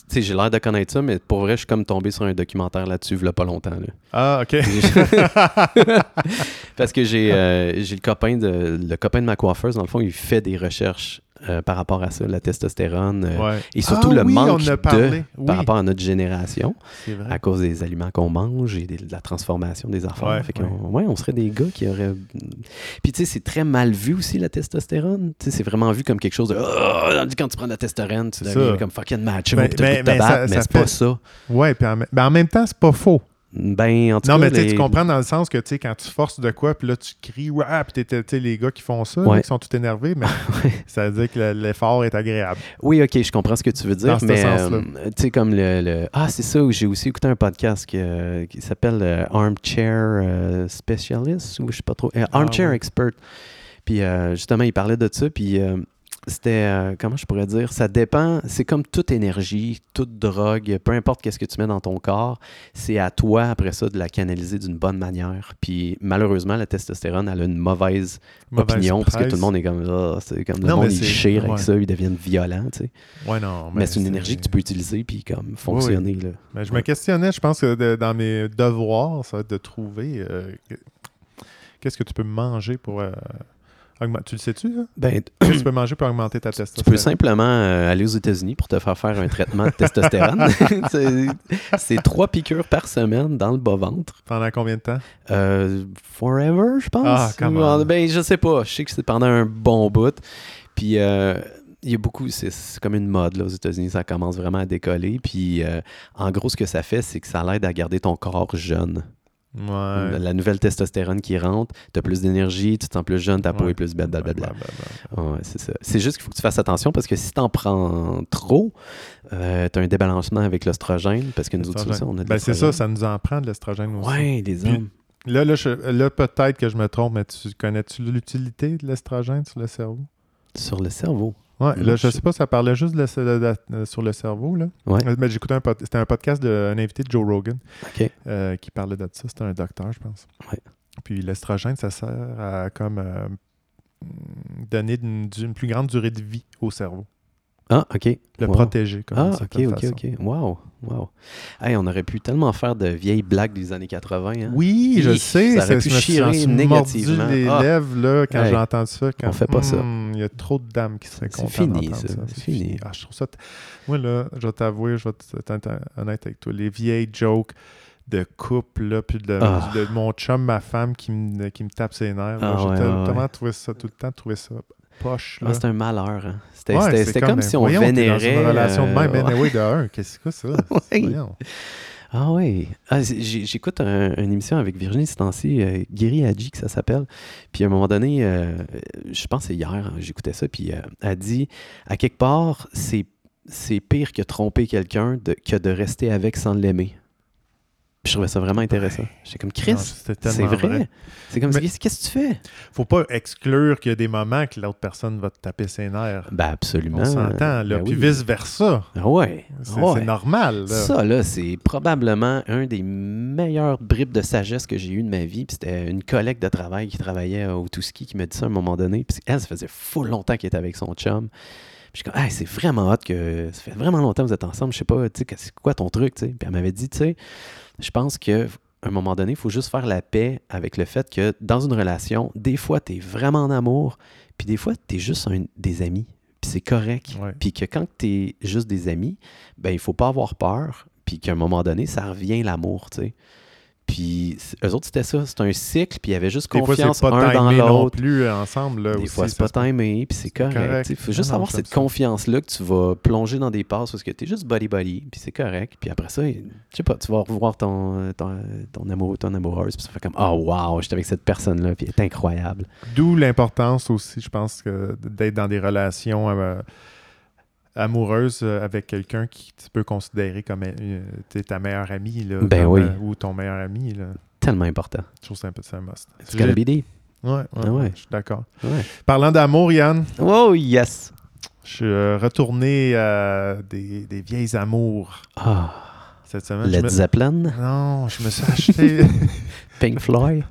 sais, j'ai l'air de connaître ça, mais pour vrai, je suis comme tombé sur un documentaire là-dessus, il pas longtemps, là. Ah, ok. Parce que j'ai euh, j'ai le copain de le copain de ma coiffeuse, dans le fond, il fait des recherches euh, par rapport à ça, la testostérone, euh, Ouais. et surtout le Ah oui, manque on en a de, parlé. Oui, par rapport à notre génération. c'est vrai. à cause des aliments qu'on mange et des- de la transformation des affaires. Ouais, fait qu'on- ouais, on serait des gars qui auraient. mm. Puis tu sais, c'est très mal vu aussi la testostérone. Tu sais, c'est vraiment vu comme quelque chose de. Oh, tandis que quand tu prends de la testostérone, tu C'est deviens ça. comme fucking macho, Ben, puis t'as le goût de ben, te ben, battre, ça- mais ça c'est pas fait- ça. Ouais, puis en, mais en même temps, c'est pas faux. Ben, en tout Non, cas, mais tu sais, les- tu comprends dans le sens que tu sais, quand tu forces de quoi, puis là tu cries, ouais, puis t'es- t'es- tu sais, les gars qui font ça, là, Ouais. qui sont tout énervés, mais Ouais. ça veut dire que le- l'effort est agréable. Oui, ok, je comprends ce que tu veux dire, Dans ce mais sens-là. euh, tu sais, comme le, le- Ah, c'est ça, où j'ai aussi écouté un podcast qui, euh, qui s'appelle euh, Armchair euh, Specialist, ou je sais pas trop, euh, Ah, Armchair ouais. Expert. Puis euh, justement, il parlait de ça, puis euh, c'était, euh, comment je pourrais dire, ça dépend, c'est comme toute énergie, toute drogue, peu importe qu'est-ce que tu mets dans ton corps, c'est à toi après ça de la canaliser d'une bonne manière. Puis malheureusement, la testostérone, elle a une mauvaise, Mauvaise opinion parce que presse. tout le monde est comme, Ah, c'est comme le Non, mais monde il c'est- chire ouais. avec ça, ils deviennent violents, tu sais. Ouais, non. Mais, c'est une énergie que tu peux utiliser puis comme fonctionner, là. Mais Ben, je me Ouais. questionnais, je pense que de- dans mes devoirs, ça va être de trouver euh, que- qu'est-ce que tu peux manger pour euh, augmenter. Tu le sais-tu, là? Ben, Qu'est-ce que tu peux manger pour augmenter ta Tu testostérone? peux simplement euh, aller aux États-Unis pour te faire faire un traitement de testostérone. C'est- c'est trois piqûres par semaine dans le bas-ventre. Pendant combien de temps? Euh, forever, je pense. Ah, come on. Ben, je sais pas. Je sais que c'est pendant un bon bout. Puis, euh, il y a beaucoup. C'est c'est comme une mode, là, aux États-Unis. Ça commence vraiment à décoller. Puis, euh, en gros, ce que ça fait, c'est que ça l'aide à garder ton corps jeune. Ouais. La nouvelle testostérone qui rentre, t'as plus d'énergie, tu te sens plus jeune, ta peau Ouais. est plus belle, blablabla. Blablabla. Ah Ouais, c'est ça. C'est juste qu'il faut que tu fasses attention parce que si t'en prends trop, euh, t'as un débalancement avec l'ostrogène parce que nous autres, Estrogène. ça, on a de Ben, c'est ça, l'oestrogène. ça nous en prend de l'estrogène aussi. Ouais, des Puis- hommes. Là, là, je- là, peut-être que je me trompe, mais tu connais-tu l'utilité de l'estrogène sur le cerveau? Sur le cerveau. Ouais, Mm. là, je sais pas, ça parlait juste de la- de la- de- sur le cerveau, là. Ouais. Euh, Mais j'écoutais un, pod- c'était un podcast d'un invité de Joe Rogan OK. euh, qui parlait de ça. C'était un docteur, je pense. Ouais. Puis l'estrogène, ça sert à comme euh, donner d'une, d'une plus grande durée de vie au cerveau. Ah, OK. Le Wow. protéger, comme Ah, d'une OK, certaine OK, façon. OK. Wow, wow. Hey, on aurait pu tellement faire de vieilles blagues des années 80. Hein? Oui, je Hi, sais. ça aurait c'est- pu je me suis- chirer j'en suis négativement. mordu les Ah. lèvres là, quand Hey, j'ai entendu ça. Quand, on fait pas ça. Hmm, Il y a trop de dames qui seraient C'est contentes fini, d'entendre ça. C'est fini. Ah, je trouve ça... t- Moi, là, je vais t'avouer, je vais être honnête avec toi. Les vieilles jokes de couple, là, puis de, Ah. de mon chum, ma femme qui me, qui me tape ses nerfs. là. Ah, j'ai ouais, tel- ouais, tellement ouais. trouvé ça, tout le temps trouvé ça poche. Ah, Là. c'était un malheur. hein. C'était Ouais, c'était- c'est c'était comme, ben, si on voyons, t'es vénérait. dans une relation de euh, même, anyway, de un. Qu'est-ce que c'est ça? Ouais. Voyons. Ah oui. J'écoute un- une émission avec Virginie Stancy, euh, Guéri Hadji, que ça s'appelle. Puis à un moment donné, euh, je pense que c'est hier, hein, j'écoutais ça, puis euh, elle dit à quelque part, c'est c'est pire que tromper quelqu'un de- que de rester avec sans l'aimer. Puis Je trouvais ça vraiment intéressant. J'étais comme Non, Chris, c'était c'est tellement vrai. C'est comme Mais- qu'est-ce qu'est-ce que tu fais Faut pas exclure qu'il y a des moments que l'autre personne va te taper ses nerfs. Ben absolument. On s'entend, là. Ben puis oui. vice-versa. Ah ouais. ah C'est c'est ouais. normal, là. Ça, là, c'est probablement un des meilleurs bribes de sagesse que j'ai eu de ma vie. Puis c'était une collègue de travail qui travaillait au Touski qui m'a dit ça à un moment donné. Puis elle, ça faisait full longtemps qu'elle était avec son chum. Puis je suis comme, Hey, c'est vraiment hot que ça fait vraiment longtemps que vous êtes ensemble. Je sais pas, tu sais, que- c'est quoi ton truc, tu sais. Puis elle m'avait dit, tu sais, je pense que à un moment donné, il faut juste faire la paix avec le fait que dans une relation, des fois, tu es vraiment en amour, puis des fois, tu es juste un- des amis. Puis c'est correct. Ouais. Puis que quand tu es juste des amis, ben il faut pas avoir peur, puis qu'à un moment donné, ça revient l'amour, tu sais. Puis c- eux autres, c'était ça, c'est un cycle, puis il y avait juste Des fois, confiance c'est pas un dans timé non l'autre. plus euh, ensemble, là. Des aussi, fois, c'est ça pas se peut. timé, puis c'est correct. correct. Il faut Non, juste non, avoir j'aime cette ça. confiance-là que tu vas plonger dans des passes parce que tu es juste body-body, puis c'est correct. Puis après ça, je sais pas, tu vas revoir ton, ton, ton amoureux, ton amoureuse, puis ça fait comme « Oh wow, j'étais avec cette personne-là, puis elle est incroyable. D'où l'importance aussi, je pense, que d'être dans des relations euh, amoureuses euh, avec quelqu'un qui tu peux considérer comme euh, t'es ta meilleure amie, là. Ben comme, oui. euh, ou ton meilleur ami, là. » Tellement important. Je trouve que c'est un peu c'est un must. C'est gotta be deep. J'ai- Ouais, ouais, Ah ouais. ouais, je suis d'accord. Ouais. Parlant d'amour, Yann, Oh yes! je suis euh, retourné à des, des vieilles amours Ah, cette semaine. Je Led me- Zeppelin, Non, je me suis acheté... Pink Floyd.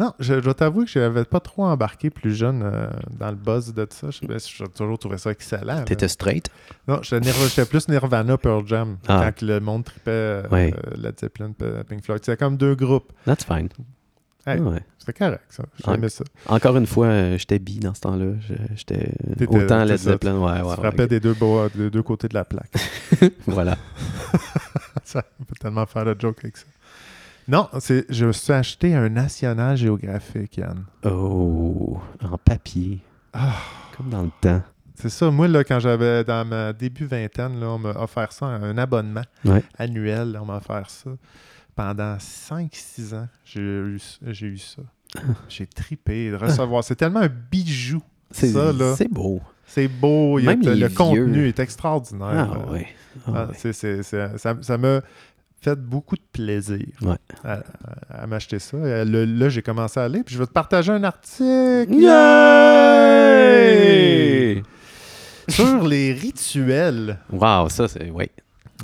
Non, je, je dois t'avouer que je n'avais pas trop embarqué plus jeune euh, dans le buzz de ça. Je- ben, J'ai toujours trouvé ça excellent. là. T'étais straight? Non, j'étais nerveux- j'étais plus Nirvana Pearl Jam Ah. quand que le monde tripait euh, Ouais. euh, Led Zeppelin euh, Pink Floyd. C'était comme deux groupes. That's fine. Ah, Hey. Ouais. C'était correct, ça. Ah, J'aimais ça. Encore une fois, euh, j'étais bi dans ce temps-là. Je- J'étais T'étais- autant Led c'est ça, Zeppelin. Ouais, Je Ah ouais, me ouais, frappais ok. des, deux bo- des deux côtés de la plaque. Voilà. ça on peut tellement faire le joke avec ça. Non, c'est- je me suis acheté un National Geographic, Yann. Oh, en papier. Ah. Comme dans le temps. C'est ça, moi, là, quand j'avais dans ma début vingtaine, là, on m'a offert ça, un abonnement Ouais. annuel, là, on m'a offert ça. Pendant 5-6 ans, j'ai eu, j'ai eu ça. Ah. j'ai tripé de recevoir. C'est tellement un bijou. C'est Ça, là. c'est beau. C'est beau, il y a- Même il le est vieux. contenu est extraordinaire. Ah Euh, ouais. ah, Ah, ouais. c'est- c'est- c'est- ça, ça m'a fait beaucoup de plaisir Ouais. à, à- à m'acheter ça. Et le- là, j'ai commencé à aller, puis je vais te partager un article. Yay! Yay! sur les rituels. Wow, ça, c'est. Oui.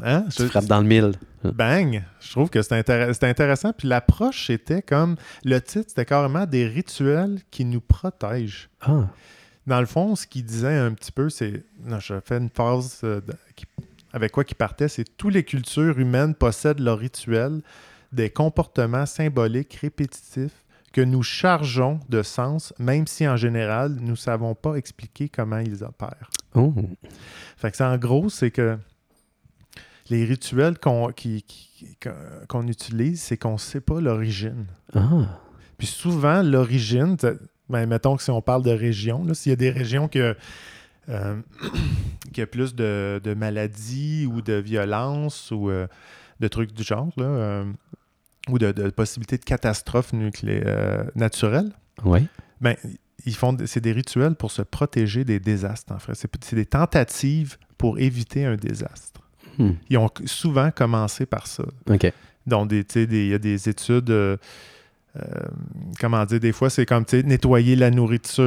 Hein? Tu Je- frappes dans le mille. Bang! Je trouve que c'est intér- c'est intéressant. Puis l'approche, c'était comme. Le titre, c'était carrément des rituels qui nous protègent. Ah. Dans le fond, ce qu'il disait un petit peu, c'est. Non, je fais une phrase euh, de- qui- avec quoi qui partait c'est toutes les cultures humaines possèdent leurs rituels, des comportements symboliques répétitifs que nous chargeons de sens, même si en général, nous ne savons pas expliquer comment ils opèrent. Oh. Fait que ça, en gros, c'est que les rituels qu'on qui- qui- qu'on- qu'on utilise, c'est qu'on ne sait pas l'origine. Ah. Puis souvent, l'origine, ça- ben, mettons que si on parle de région, là, s'il y a des régions que, euh, qui a plus de, de maladies ou de violences ou euh, de trucs du genre, là, euh, ou de, de possibilités de catastrophes nuclé- euh, naturelles, Oui. ben, ils font, c'est des rituels pour se protéger des désastres, en fait. C'est, c'est des tentatives pour éviter un désastre. Hmm. Ils ont souvent commencé par ça. OK. Donc, des- tu sais, des- il y a des études. euh, euh, comment dire, des fois, c'est comme tu sais, nettoyer la nourriture,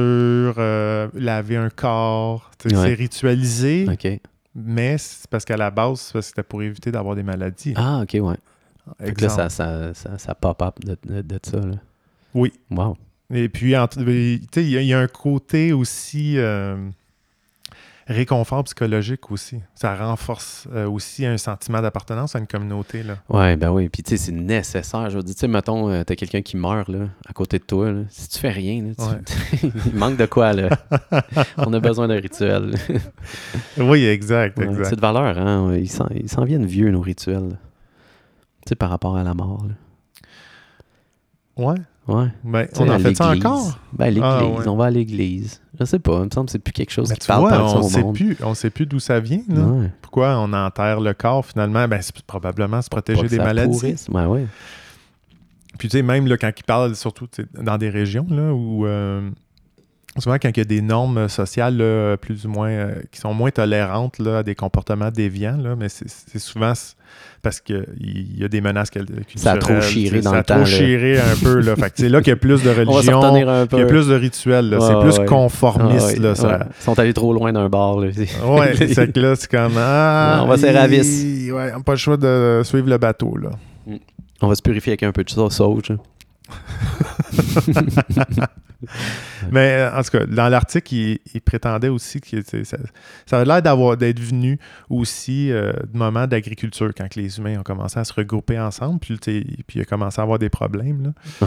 euh, laver un corps. tu sais, Ouais. C'est ritualisé, OK. mais c'est parce qu'à la base, c'est parce que c'était pour éviter d'avoir des maladies. Ah, OK, ouais. Fait que là, Exemple. ça, ça, ça, ça pop-up de, de, de ça, là. Oui. Wow. Et puis, en- tu sais, il y, a- il y a un côté aussi euh, réconfort psychologique aussi. Ça renforce euh, aussi un sentiment d'appartenance à une communauté. Là. Ouais, ben oui. Puis, tu sais, c'est nécessaire. Je veux dire, tu sais, mettons, euh, t'as quelqu'un qui meurt, là, à côté de toi, là. Si tu fais rien, là, tu- il manque de quoi, là. On a besoin d'un rituel. Oui, exact, Ouais, exact. c'est de valeur, hein. Ouais, Ils s'en, ils s'en viennent vieux, nos rituels. là. Tu sais, par rapport à la mort, là. Ouais, Ouais. mais Tu sais, on à en fait ça l'église. encore. Ben, l'église. Ah, ouais. On va à l'église. Je sais pas. Il me semble que c'est plus quelque chose Mais qui tu parle vois, tant que ça on au sait monde. plus, on sait plus d'où ça vient. là. Ouais. Pourquoi on enterre le corps finalement Ben c'est probablement se Pas protéger que des ça maladies. pourrisse. Ouais, ouais. Puis tu sais même là, quand ils parlent surtout tu sais, dans des régions là où euh, souvent quand il y a des normes sociales là, plus ou moins euh, qui sont moins tolérantes là, à des comportements déviants là, mais c'est c'est souvent s- parce que il y a des menaces cal- culturelles. Ça a trop chiré tu sais, dans ça le a trop temps, là. chiré un peu là. Fait que c'est là qu'il y a plus de On va s'en religion. retenir un peu. Il y a plus de rituels, là. c'est Ouais, plus ouais. conformiste. Ah, ouais, là, ça, ouais. Ils sont allés trop loin d'un bar. Là. C'est- Ouais, c'est que là, c'est comme. Ah, On va serrer la vis. il- Ouais, on n'a pas le choix de suivre le bateau, là. On va se purifier avec un peu de sa- sauge. là. Mais euh, en tout cas, dans l'article, il, il prétendait aussi que tu sais, ça, ça avait l'air d'avoir d'être venu aussi euh, du moment d'agriculture, quand que les humains ont commencé à se regrouper ensemble, puis, tu sais, puis il a commencé à avoir des problèmes. Là.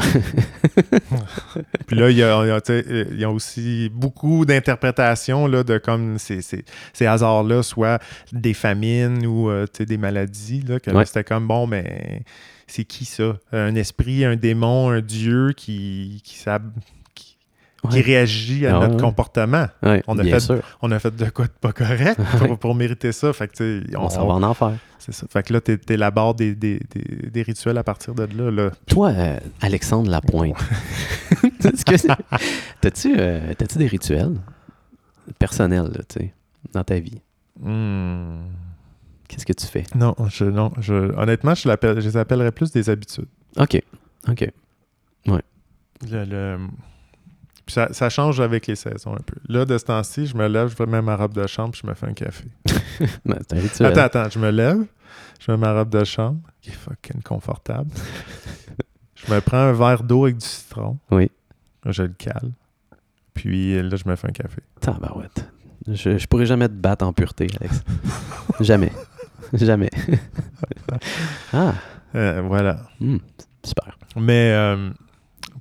puis là, il y a, il y a, tu sais, euh, il y a aussi beaucoup d'interprétations là, de comme ces, ces- ces hasards-là, soit des famines ou euh, tu sais, des maladies, là, que là, Ouais. c'était comme bon, mais. C'est qui ça? Un esprit, un démon, un dieu qui, qui, s'ab- qui, qui Ouais. réagit à Ah, notre ouais. comportement. Ouais, On a bien fait- sûr. On a fait de quoi de pas correct pour, pour mériter ça. Fait que, tu sais, On, on, s'en va en enfer. c'est ça. Fait que là, t'é- t'élabores des, des, des, des rituels à partir de là. là. Toi, euh, Alexandre Lapointe, est-ce que c'est- t'as-tu euh, t'as-tu des rituels personnels là, tu sais, dans ta vie? Hmm. Qu'est-ce que tu fais? Non, je, non je, honnêtement, je, l'appelle- je les appellerais plus des habitudes. OK. OK. Le- le- Puis ça, ça change avec les saisons un peu. Là, de ce temps-ci, je me lève, je mets ma robe de chambre, puis je me fais un café. Ben, c'est un rituel. Attends, attends, je me lève, je mets ma robe de chambre, qui est fucking confortable. je me prends un verre d'eau avec du citron. Oui. Je le cale. Puis euh, là, je me fais un café. Tabarouette. Je, je pourrais jamais te battre en pureté, Alex. jamais. Jamais. ah, Euh, voilà. hmm, super. Mais euh,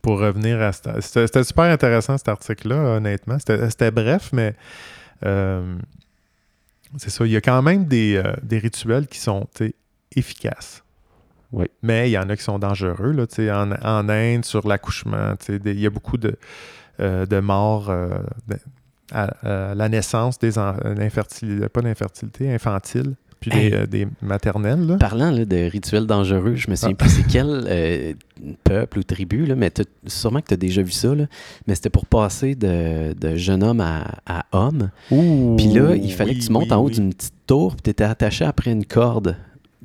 pour revenir à... cet- C'était c'était super intéressant, cet article-là, honnêtement. C'était c'était bref, mais... euh, c'est ça, il y a quand même des, euh, des rituels qui sont tu sais, efficaces. Oui. Mais il y en a qui sont dangereux. Là, tu sais, en, en Inde, sur l'accouchement, tu sais, des- il y a beaucoup de, euh, de morts euh, de- à, à la naissance, des en- d'infertilité, pas d'infertilité, infantile, puis des, Hey. euh, des maternelles. là. Parlant là, de rituels dangereux, je me souviens Ah. plus c'est quel euh, peuple ou tribu, là, mais t'as- sûrement que tu as déjà vu ça, là, mais c'était pour passer de, de jeune homme à, à homme. Puis là, il fallait Oui, que tu montes en Oh, oui, haut oui. d'une petite tour, puis tu étais attaché après une corde.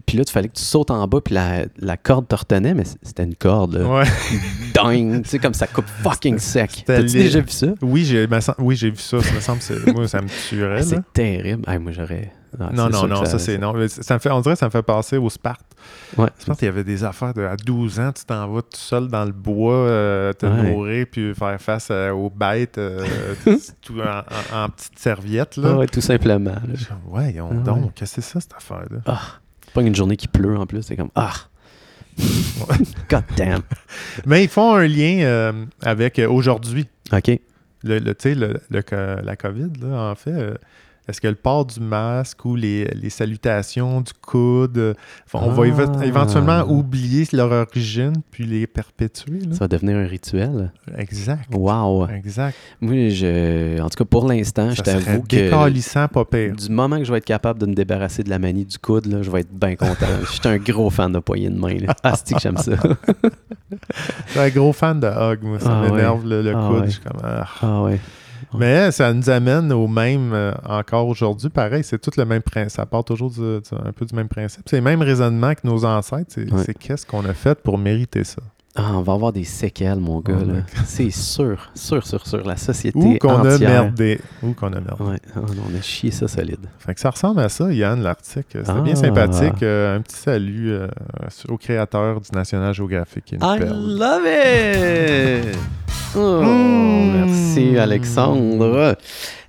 Puis là, tu fallait que tu sautes en bas, puis la, la corde te retenait, mais c'était une corde, là. Ouais. Dingue, tu sais, comme ça coupe fucking sec. c'était T'as-tu les- déjà vu ça? Oui, j'ai me sem- oui, j'ai vu ça. Ça me semble, c'est- moi, ça me Ah, tuerait. là. c'est terrible. Ah, moi, j'aurais... Ah, Non, c'est sûr non, que non, ça, c'est non. Mais Ça me fait, on dirait que ça me fait passer au Sparte. Ouais. Sparte, il y avait des affaires de à 12 ans, tu t'en vas tout seul dans le bois, euh, te Ouais. nourrir, puis faire face euh, aux bêtes, euh, tout en, en- en petite serviette. Ah Là. ouais, tout simplement. là. Je- Ouais, on Ah ouais. donc, qu'est-ce que c'est ça, cette affaire-là? C'est pas Ah. une journée qui pleut en plus, c'est comme ah. God damn. Mais ils font un lien euh, avec euh, aujourd'hui, OK. le, le- tu sais, le- le co- la COVID, là, en fait. euh, est-ce que le port du masque ou les, les salutations du coude, euh, on va éve- Ah. éventuellement oublier leur origine puis les perpétuer? là? Ça va devenir un rituel. Exact. Wow. Exact. Moi, je. En tout cas, pour l'instant, je Ça serait t'avoue que. décalissant, pas pire. Du moment que je vais être capable de me débarrasser de la manie du coude, là, je vais être bien content. Je suis un gros fan de poignée de main. là. Asti que j'aime ça. Je suis un gros fan de Hug, moi. Ça Ah ouais. m'énerve le, le Ah coude. ouais. Je suis comme, ah. Ah ouais. Mais ça nous amène au même euh, encore aujourd'hui. Pareil, c'est tout le même principe. Ça part toujours du- du- un peu du même principe. C'est le même raisonnement que nos ancêtres. C'est Ouais. c'est qu'est-ce qu'on a fait pour mériter ça. Ah, on va avoir des séquelles, mon gars. Oh là. my C'est sûr, sûr, sûr, sûr. La société Ou qu'on a entière. merdé. Ou qu'on a merdé. Ouais. Ah non, on a chié ça solide. Fait que ça ressemble à ça, Yann, l'article. C'était bien Ah. sympathique. Euh, un petit salut euh, au créateur du National Geographic. qui nous I perd. love it! Oh, Mm. Merci, Alexandre.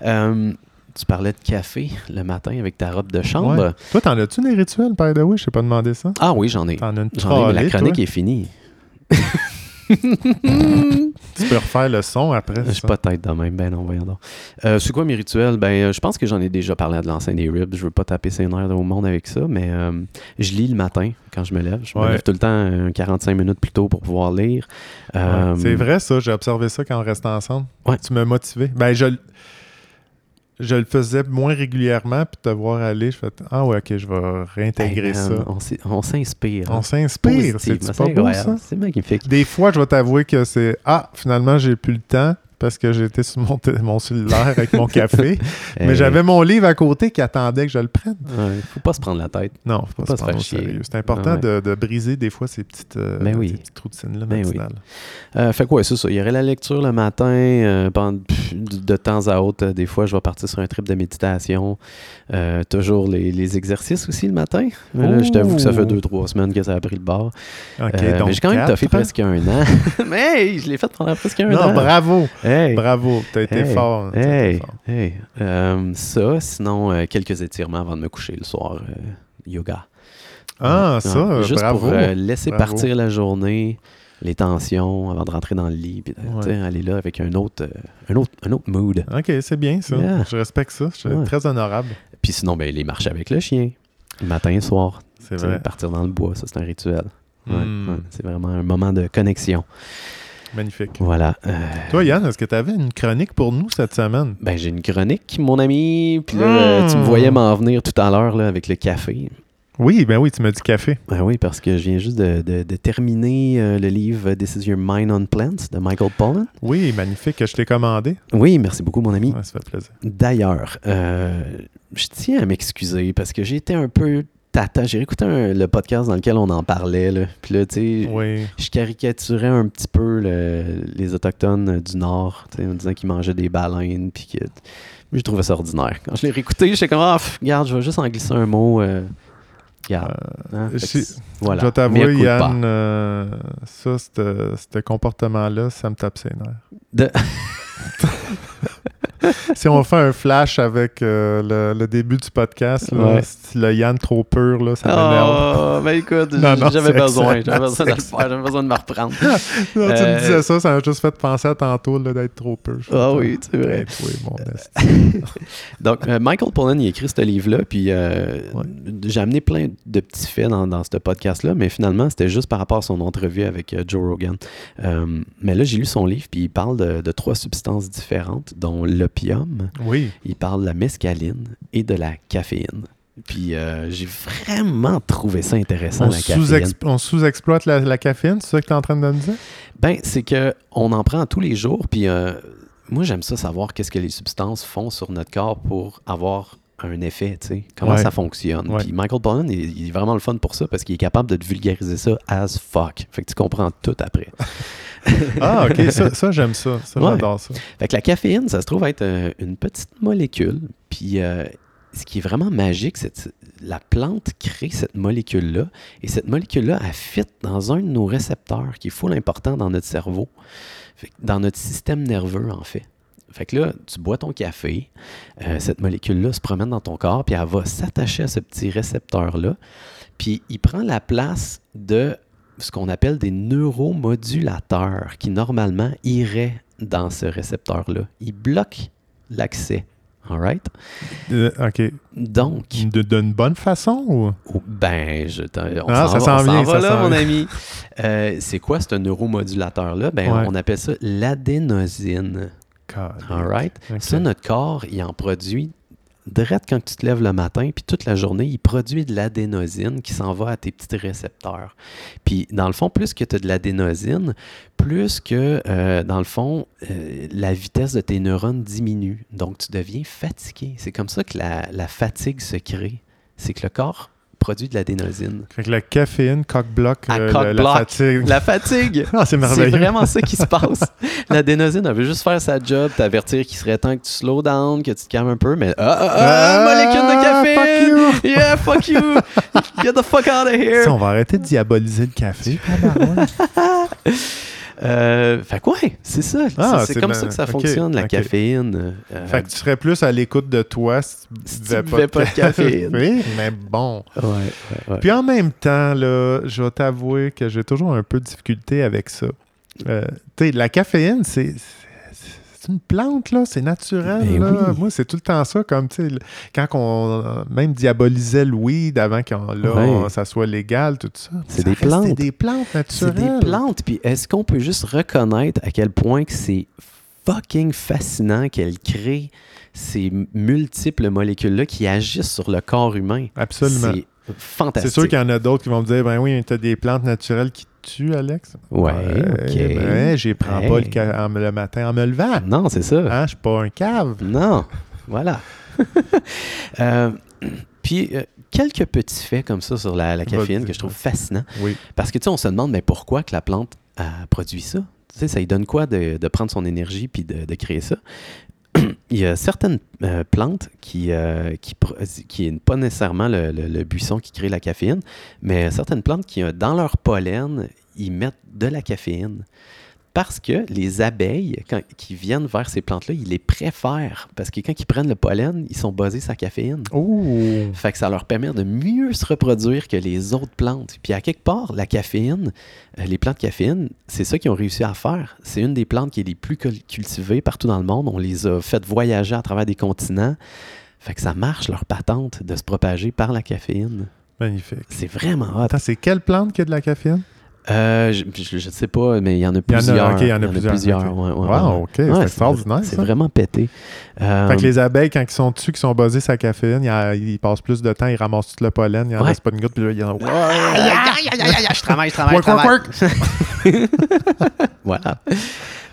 Euh, tu parlais de café le matin avec ta robe de chambre. Ouais. Toi, t'en as-tu des rituels, by the way? Je t'ai pas demandé ça. Ah oui, j'en ai. T'en as une J'en ai, mais la trollée, chronique toi. est finie. Tu peux refaire le son après. Je ça. suis pas tête de même. Ben non, voyons donc. Euh, c'est quoi mes rituels? Ben, euh, je pense que j'en ai déjà parlé à de l'enseigne des ribs. Je veux pas taper ses nerfs au monde avec ça, mais euh, je lis le matin quand je me lève. Je me Ouais. lève tout le temps euh, 45 minutes plus tôt pour pouvoir lire. Euh, Ouais. C'est vrai, ça. J'ai observé ça quand on restait ensemble. Ouais. Tu m'as motivé. Ben, je, l- je le faisais moins régulièrement, puis te voir aller, je fais Ah ouais, ok, je vais réintégrer hey, ça. man, on s'y- On s'inspire. hein. On s'inspire. C'est Positive, pas beau, incroyable. ça. C'est magnifique. Des fois, je vais t'avouer que c'est Ah, finalement, j'ai plus le temps parce que j'étais sur mon, tél- mon cellulaire avec mon café. Euh, mais j'avais mon livre à côté qui attendait que je le prenne. ouais, faut pas se prendre la tête. Non, faut pas, pas se se prendre faire au chier. sérieux. C'est important Ah ouais. de, de briser des fois ces petites, euh, Ben oui. ces petites routines-là Ben oui. matinales. Euh, fait quoi, ouais, c'est ça. Il y aurait la lecture le matin. euh, pendant- pff, de, de temps à autre, euh, des fois, je vais partir sur un trip de méditation. Euh, toujours les, les exercices aussi le matin. Mais là, je t'avoue que ça fait Ouh. deux, trois semaines que ça a pris le bord. OK, Euh, donc mais j'ai quand même quatre. hein? toffé presque un an. mais hey, je l'ai fait pendant presque un Non, an. bravo, Hey. bravo, t'as été Hey, fort. hein, t'as été Hey, fort. hey. Euh, ça, sinon, euh, quelques étirements avant de me coucher le soir. euh, yoga. Ah, Ouais, ça, ouais, Juste bravo. pour euh, laisser bravo. partir la journée, les tensions, avant de rentrer dans le lit, puis de- Ouais. tu sais, aller là avec un autre, euh, un autre, un autre mood. Ok, c'est bien ça. Yeah. Je respecte ça. Je suis Ouais. très honorable. Puis sinon, ben, les marches avec le chien, le matin et soir, C'est tu sais, vrai. partir dans le bois, ça c'est un rituel. Ouais, Hmm, ouais, c'est vraiment un moment de connexion. Magnifique. Voilà. euh, Toi, Yann, est-ce que tu avais une chronique pour nous cette semaine? ben, j'ai une chronique, mon ami. Puis là, euh, Hmm. tu me voyais m'en venir tout à l'heure là, avec le café. Oui, ben oui, tu m'as dit café. Ben oui, parce que je viens juste de, de- de terminer euh, le livre This is Your Mind on Plants de Michael Pollan. Oui, magnifique que je t'ai commandé. Oui, merci beaucoup, mon ami. Ouais, ça fait plaisir. D'ailleurs, euh, je tiens à m'excuser parce que j'ai été un peu tata. J'ai écouté un- le podcast dans lequel on en parlait. Là. Puis là, tu sais, Oui. je caricaturais un petit peu le- les Autochtones euh, du Nord tu sais, en disant qu'ils mangeaient des baleines. Puis que mais je trouvais ça ordinaire. Quand je l'ai réécouté, j'étais comme, ah, pff, regarde, je vais juste en glisser un mot. euh, regarde. hein. Fait que si- c'est- voilà. euh, Je vais Mea t'avouer, culpa. Yann, euh, ça, c'te- ce comportement-là, ça me tape ses nerfs. De- si on fait un flash avec euh, le, le début du podcast, là, Ouais. si le Yann trop pur, là, ça m'énerve. Oh, ben écoute, Non, non, j'avais c'est besoin. excellent, J'avais besoin de c'est le faire. J'avais besoin de me reprendre. Non, tu Euh, me disais ça, ça m'a juste fait penser à tantôt là, d'être trop peu. Je Ah sais oui, Euh, pas. c'est vrai. Eh, oui, mon esti. Donc, euh, Michael Pollan, il a écrit ce livre-là, puis euh, Ouais. j'ai amené plein de petits faits dans, dans ce podcast-là, mais finalement, c'était juste par rapport à son entrevue avec euh, Joe Rogan. Euh, mais là, j'ai lu son livre, puis il parle de, de trois substances différentes, dont l'opium, Oui. il parle de la mescaline et de la caféine. Puis euh, j'ai vraiment trouvé ça intéressant, On la caféine. sous-ex- on sous-exploite la, la caféine, c'est ça que tu es en train de me dire? Ben, c'est que on en prend tous les jours, puis euh, moi j'aime ça savoir qu'est-ce que les substances font sur notre corps pour avoir un effet, tu sais, comment Ouais. ça fonctionne. Ouais. Puis Michael Pollan, il, il est vraiment le fun pour ça parce qu'il est capable de te vulgariser ça as fuck. Fait que tu comprends tout après. Ah, ok, ça, ça, j'aime ça. Ça, Ouais. j'adore ça. Fait que la caféine, ça se trouve être euh, une petite molécule. Puis euh, ce qui est vraiment magique, c'est que la plante crée cette molécule-là. Et cette molécule-là, elle fit dans un de nos récepteurs qui est full important dans notre cerveau, Fait que dans notre système nerveux, en fait. Fait que là, tu bois ton café, euh, cette molécule-là se promène dans ton corps, puis elle va s'attacher à ce petit récepteur-là, puis il prend la place de ce qu'on appelle des neuromodulateurs qui normalement iraient dans ce récepteur-là. Ils bloquent l'accès. All right? Euh, ok. Donc, De- D'une bonne façon ou. oh, ben, je t'en- on Ah, s'en va, on ça s'en s'en vient, va ça là, s'en mon vient. ami. Euh, c'est quoi ce neuromodulateur-là? Ben, Ouais. on appelle ça l'adénosine. God. All right? Ok. Ça, notre corps, il en produit direct quand tu te lèves le matin, puis toute la journée, il produit de l'adénosine qui s'en va à tes petits récepteurs. Puis, dans le fond, plus que tu as de l'adénosine, plus que, euh, dans le fond, euh, la vitesse de tes neurones diminue. Donc, tu deviens fatigué. C'est comme ça que la, la fatigue se crée. C'est que le corps produit de l'adénosine. Fait que la caféine cock-block À euh, cock le- block. la fatigue. Ah, La fatigue! Ah, c'est C'est merveilleux. vraiment ça qui se passe. L'adénosine, elle veut juste faire sa job, t'avertir qu'il serait temps que tu slow down, que tu te calmes un peu, mais ah, ah, ah, molécule de café! Ah, fuck you. Yeah, fuck you! Get the fuck out of Si, here! on va arrêter de diaboliser le café. tabarouette. Euh, fait quoi? c'est ça. C'est- Ah, c'est c'est comme bien- ça que ça ok, fonctionne, la ok. caféine. Euh, fait que tu serais plus à l'écoute de toi si tu Si tu buvais buvais pas de caféine. oui, mais bon. ouais, ouais, ouais. Puis en même temps, là, je vais t'avouer que j'ai toujours un peu de difficulté avec ça. Euh, tu sais, la caféine, c'est. c'est- c'est une plante, là, c'est naturel. Ben là. oui. Moi, c'est tout le temps ça, comme, tu sais, le- quand on même diabolisait le weed avant que là, Ouais. on- ça soit légal, tout ça. C'est Ça des restait plantes. des plantes C'est naturelles. des plantes, puis est-ce qu'on peut juste reconnaître à quel point que c'est fucking fascinant qu'elles créent ces multiples molécules-là qui agissent sur le corps humain? Absolument. C'est C'est fantastique. sûr qu'il y en a d'autres qui vont me dire Ben oui, t'as des plantes naturelles qui te tuent, Alex. Ouais, Ouais, ok. Ben, j'y prends Hey. Mm. pas le, ca- en me- le matin en me levant. Non, c'est ça. Hein, je suis pas un cave. Non. Voilà. Euh, puis, euh, quelques petits faits comme ça sur la, la caféine Vas-y, que je trouve fascinant. Oui. Parce que, tu sais, on se demande, mais pourquoi que la plante a produit ça? Tu sais, ça lui donne quoi de, de prendre son énergie puis de, de créer ça? Il y a certaines euh, plantes qui, euh, qui, pro- qui n'est pas nécessairement le, le- le buisson qui crée la caféine, mais certaines plantes qui, euh, dans leur pollen, ils mettent de la caféine. Parce que les abeilles, quand, qui viennent vers ces plantes-là, ils les préfèrent. Parce que quand ils prennent le pollen, ils sont basés sur la caféine. Oh. Fait que ça leur permet de mieux se reproduire que les autres plantes. Puis à quelque part, la caféine, euh, les plantes caféine, c'est ça qu'ils ont réussi à faire. C'est une des plantes qui est les plus cul- cultivées partout dans le monde. On les a fait voyager à travers des continents. Fait que ça marche, leur patente, de se propager par la caféine. Magnifique. C'est vraiment hot. Attends, c'est quelle plante qui a de la caféine Euh, je, je, je sais pas, mais il y en a Il y en a- plusieurs. ok, il y en a plusieurs, ok. ouais, ouais, Wow, ouais. ok, c'est extraordinaire, C'est ça. vraiment pété. Euh, Fait que les abeilles, quand ils sont dessus, qui sont basées sur la caféine, ils, a- ils passent plus de temps, ils ramassent tout le pollen, ils en Ouais. restent pas une goutte, puis là, ils en ont. Aïe, aïe, aïe, aïe, aïe, je travaille, je travaille, je Work, work, travaille. work! Voilà.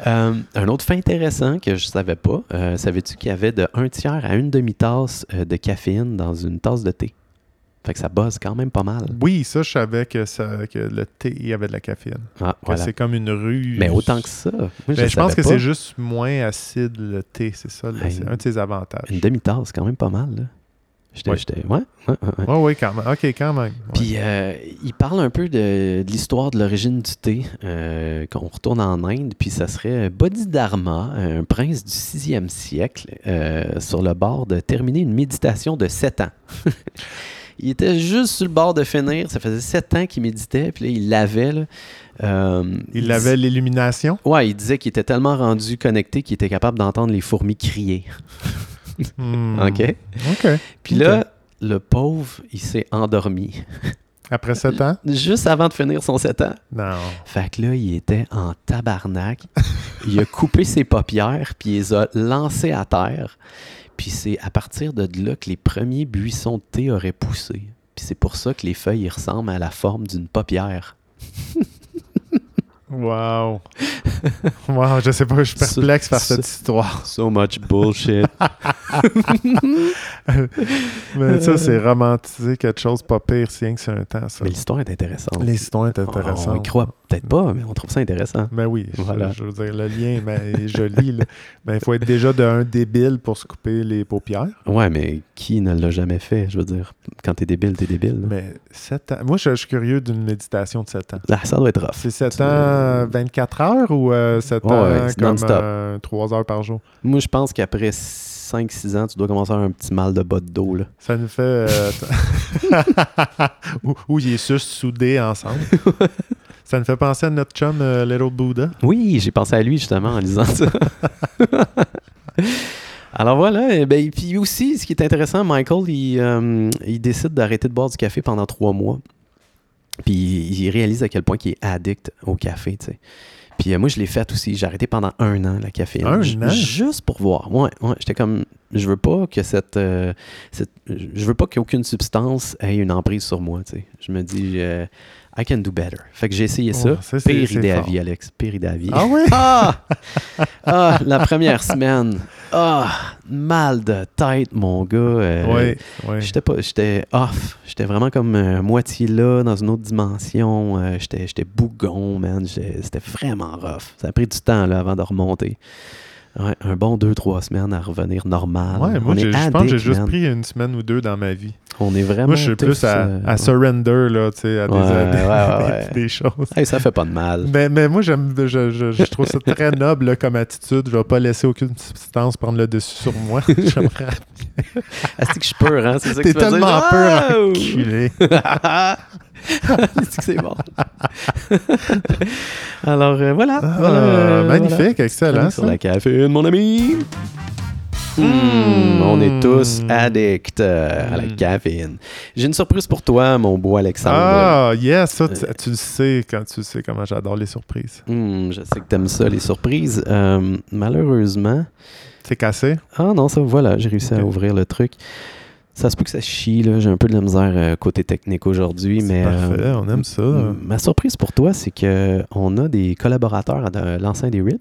Euh, un autre fait intéressant que je ne savais pas, euh, savais-tu qu'il y avait de un tiers à une demi-tasse euh, de caféine dans une tasse de thé? Fait que ça buzz quand même pas mal. Oui, ça, je savais que, ça, que le thé, il y avait de la caféine. Ah, Que voilà. C'est comme une ruse. Mais autant que ça. Moi, je, Ben, je pense savais que pas. c'est juste moins acide le thé, c'est ça, là, Hey. c'est un de ses avantages. Une demi-tasse, quand même pas mal. Là. J'étais, Ouais. j'étais- ouais, ouais, ouais, ouais. Oui, oui, quand même. OK, quand même. Ouais. Puis, euh, il parle un peu de, de l'histoire de l'origine du thé, euh, qu'on retourne en Inde, puis ça serait Bodhidharma, un prince du 6e siècle, euh, sur le bord de terminer une méditation de 7 ans. il était juste sur le bord de finir, ça faisait 7 ans qu'il méditait, puis là, il l'avait. là. Euh, il avait l'illumination. Ouais, il disait qu'il était tellement rendu connecté qu'il était capable d'entendre les fourmis crier. Hmm. OK? OK. Puis là, le pauvre, il s'est endormi. Après 7 ans? Juste avant de finir son 7 ans. Non. Fait que là, il était en tabarnak. Il a coupé ses paupières, puis il les a lancées à terre. Puis c'est à partir de là que les premiers buissons de thé auraient poussé. Puis c'est pour ça que les feuilles ils ressemblent à la forme d'une paupière. Wow. wow, je sais pas, je suis perplexe par Ça- cette histoire. So much bullshit. Mais ça, c'est romantiser quelque chose pas pire, si rien que c'est un temps, ça. Mais l'histoire est intéressante. L'histoire est On y intéressante. croit peut-être pas, mais on trouve ça intéressant. Mais oui, je- Voilà. je, veux dire, le lien ben, est joli. là. Ben, il faut être déjà d'un débile pour se couper les paupières. Ouais, mais qui ne l'a jamais fait? Je veux dire, quand t'es débile, t'es débile. là. Mais 7 ans. Moi, je, je suis curieux d'une méditation de 7 ans. Ah, ça doit être rough. C'est 7 ans, 24 heures ou 7 Ouais, ans ouais, c'est comme non-stop. 3 heures par jour? Moi, je pense qu'après 5-6 ans, tu dois commencer à avoir un petit mal de bas de dos. Là. Ça nous fait. euh, ou, ou il est juste soudé ensemble. Ça nous fait penser à notre chum euh, Little Buddha. Oui, j'ai pensé à lui justement en lisant ça. Alors voilà, eh ben, et puis aussi, ce qui est intéressant, Michael, il, euh, il décide d'arrêter de boire du café pendant trois mois. Puis il réalise à quel point il est addict au café, tu sais. Puis euh, moi, je l'ai fait aussi. J'ai arrêté pendant un an la caféine. Un Ju- an? Juste pour voir. Ouais, ouais, j'étais comme, je veux pas que cette, euh, cette- je veux pas qu'aucune substance ait une emprise sur moi, tu sais. Je me dis, euh, I can do better. Fait que j'ai essayé ça. Oh, ça, c'est- Pire c'est idée à fort. vie, Alex. Pire idée à vie. Ah oui? Ah! Ah, la première semaine. Ah, mal de tête, mon gars. Euh, Oui, oui. J'étais pas, j'étais off. J'étais vraiment comme euh, moitié là, dans une autre dimension. Euh, j'étais, j'étais bougon, man. J'étais- C'était vraiment rough. Ça a pris du temps là, avant de remonter. Ouais, un bon deux, trois semaines à revenir normal. Ouais, moi, On est j'ai- je pense que j'ai addict, juste man. pris une semaine ou deux dans ma vie. On est vraiment. Moi, je suis tous, plus à, euh, à surrender, là, tu sais, à des, Ouais, à des- ouais, ouais, ouais. des- des choses. Hey, ça fait pas de mal. Mais, mais moi, j'aime, je, je- je trouve ça très noble là, comme attitude. Je vais pas laisser aucune substance prendre le dessus sur moi. J'aimerais- Est-ce que je suis peur, hein? C'est ça que T'es tu vas dire? tellement Ah! peur, enculé. Est-ce que c'est bon? Alors euh, voilà. Ah, voilà, euh, voilà. magnifique, excellent. Chronique ça. Sur la caféine, mon ami. Hmm, on est tous addicts euh, à la Mm. caféine. J'ai une surprise pour toi, mon beau Alexandre. Ah, yes, Euh, ça, tu, tu le sais quand tu sais comment j'adore les surprises. Hmm, je sais que t'aimes ça, les surprises. Euh, malheureusement. C'est cassé? Ah non, ça, voilà, j'ai réussi à Ok. ouvrir le truc. Ça se peut que ça chie, là. J'ai un peu de la misère euh, côté technique aujourd'hui, mais. C'est parfait, euh, on aime ça. Mm, Ma surprise pour toi, c'est que on a des collaborateurs à de- l'enceinte des Ribs.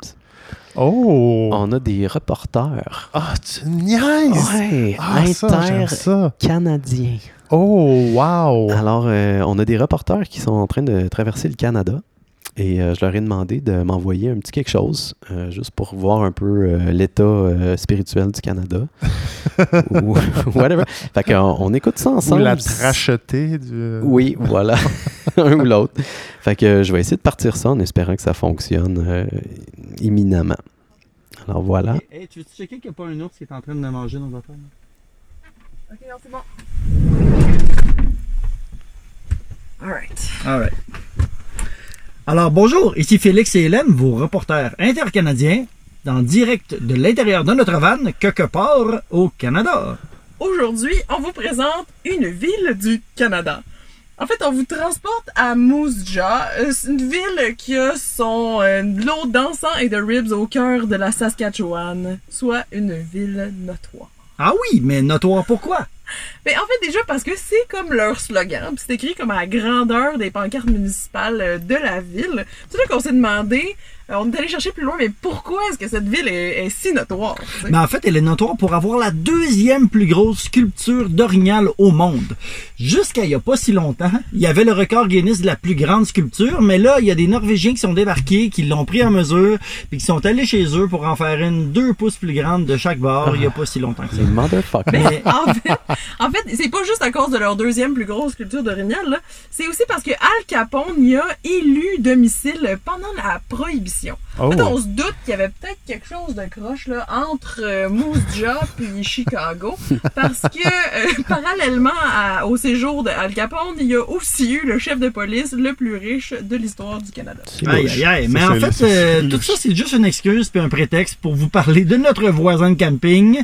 Oh! On a des reporters. Ah, tu niaises! Ouais, Ah, ça, j'aime ça. intercanadiens. Oh, wow! Alors, euh, on a des reporters qui sont en train de traverser le Canada. Et euh, je leur ai demandé de m'envoyer un petit quelque chose, euh, juste pour voir un peu euh, l'état euh, spirituel du Canada. Ou whatever. Fait qu'on on écoute ça Ou ensemble. la trachetée du... Oui, voilà. un ou l'autre. Fait que euh, je vais essayer de partir ça en espérant que ça fonctionne euh, imminemment. Alors voilà. Hey, hey, tu veux-tu checker qu'il n'y a pas un ours qui est en train de le manger dans votre affaire? Ok, non, c'est bon. Alright. Alright. Alors, bonjour, ici Félix et Hélène, vos reporters intercanadiens, en direct de l'intérieur de notre van, quelque part au Canada. Aujourd'hui, on vous présente une ville du Canada. En fait, on vous transporte à Moose Jaw, euh, c'est une ville qui a son euh, lot d'encens et de ribs au cœur de la Saskatchewan, soit une ville notoire. Ah oui, mais notoire pourquoi? Mais Ben, en fait, déjà parce que c'est comme leur slogan, puis c'est écrit comme à la grandeur des pancartes municipales euh, de la ville. C'est là qu'on s'est demandé, euh, on est allé chercher plus loin, mais pourquoi est-ce que cette ville est, est si notoire? tu sais? Mais Ben, en fait, elle est notoire pour avoir la deuxième plus grosse sculpture d'orignal au monde. Jusqu'à il n'y a pas si longtemps, il y avait le record Guinness de la plus grande sculpture, mais là, il y a des Norvégiens qui sont débarqués, qui l'ont pris en mesure, puis qui sont allés chez eux pour en faire une deux pouces plus grande de chaque bord, il n'y a pas si longtemps que ça. Les motherfuckers. Mais- en fait, en fait, c'est pas juste à cause de leur deuxième plus grosse sculpture d'orignal, là. C'est aussi parce que Al Capone y a élu domicile pendant la prohibition. En Oh. fait, on se doute qu'il y avait peut-être quelque chose de croche, là, entre euh, Moose Jaw puis Chicago. Parce que, euh, parallèlement à- au séjour de Al Capone, il y a aussi eu le chef de police le plus riche de l'histoire du Canada. C'est Aïe, louche. aïe, aïe. Ça, Mais en c'est- fait, ça, c'est euh, louche. tout ça, c'est juste une excuse puis un prétexte pour vous parler de notre voisin de camping,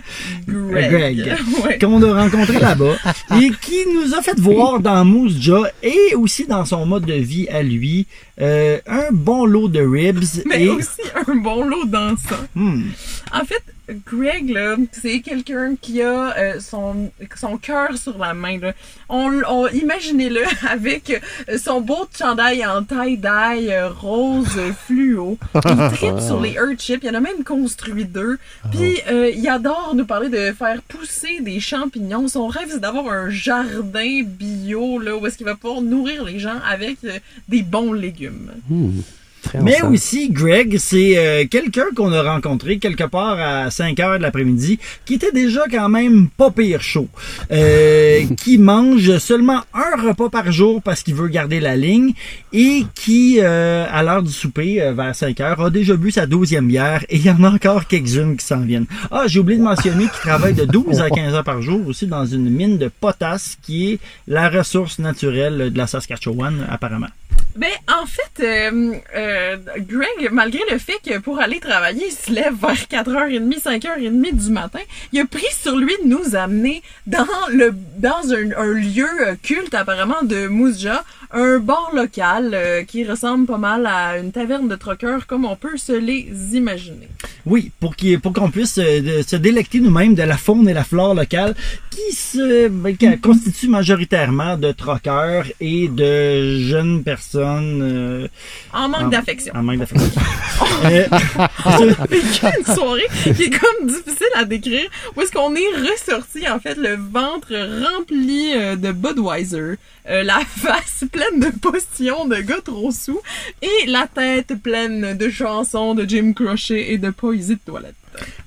Greg. Greg. Ouais. qu'on a rencontré là-bas et qui nous a fait voir dans Moose Jaw et aussi dans son mode de vie à lui euh, un bon lot de ribs Mais et aussi un bon lot d'encens. Hmm. En fait, Greg, là, c'est quelqu'un qui a euh, son, son cœur sur la main. Là. On, on- Imaginez-le avec euh, son beau chandail en taille-d'ail euh, rose euh, fluo. Il tripe sur les Earthships. Il en a même construit deux. Puis, euh, il adore nous parler de faire pousser des champignons. Son rêve, c'est d'avoir un jardin bio là, où est-ce qu'il va pouvoir nourrir les gens avec euh, des bons légumes. Hmm. Très Mais ensemble. aussi, Greg, c'est euh, quelqu'un qu'on a rencontré quelque part à 5 heures de l'après-midi, qui était déjà quand même pas pire chaud, euh, qui mange seulement un repas par jour parce qu'il veut garder la ligne et qui, euh, à l'heure du souper, euh, vers 5 heures, a déjà bu sa douzième bière et il y en a encore quelques-unes qui s'en viennent. Ah, j'ai oublié de mentionner qu'il travaille de 12 à 15 heures par jour aussi dans une mine de potasse qui est la ressource naturelle de la Saskatchewan, apparemment. Ben, en fait, euh, euh, Greg, malgré le fait que pour aller travailler, il se lève vers 4h30, 5h30 du matin, il a pris sur lui de nous amener dans le dans un, un lieu euh, culte apparemment de Mousja, un bar local euh, qui ressemble pas mal à une taverne de troqueurs comme on peut se les imaginer. Oui, pour qu'il- pour qu'on puisse euh, de- se délecter nous-mêmes de la faune et la flore locale qui se ben, qui constitue majoritairement de troqueurs et de jeunes personnes euh, En manque en- d'affection. En manque d'affection. Euh, une soirée qui est comme difficile à décrire où est-ce qu'on est ressorti en fait le ventre rempli euh, de Budweiser, euh, la face pleine de postillons de gars trop sous et la tête pleine de chansons de Jim Crochet et de poésie de toilette.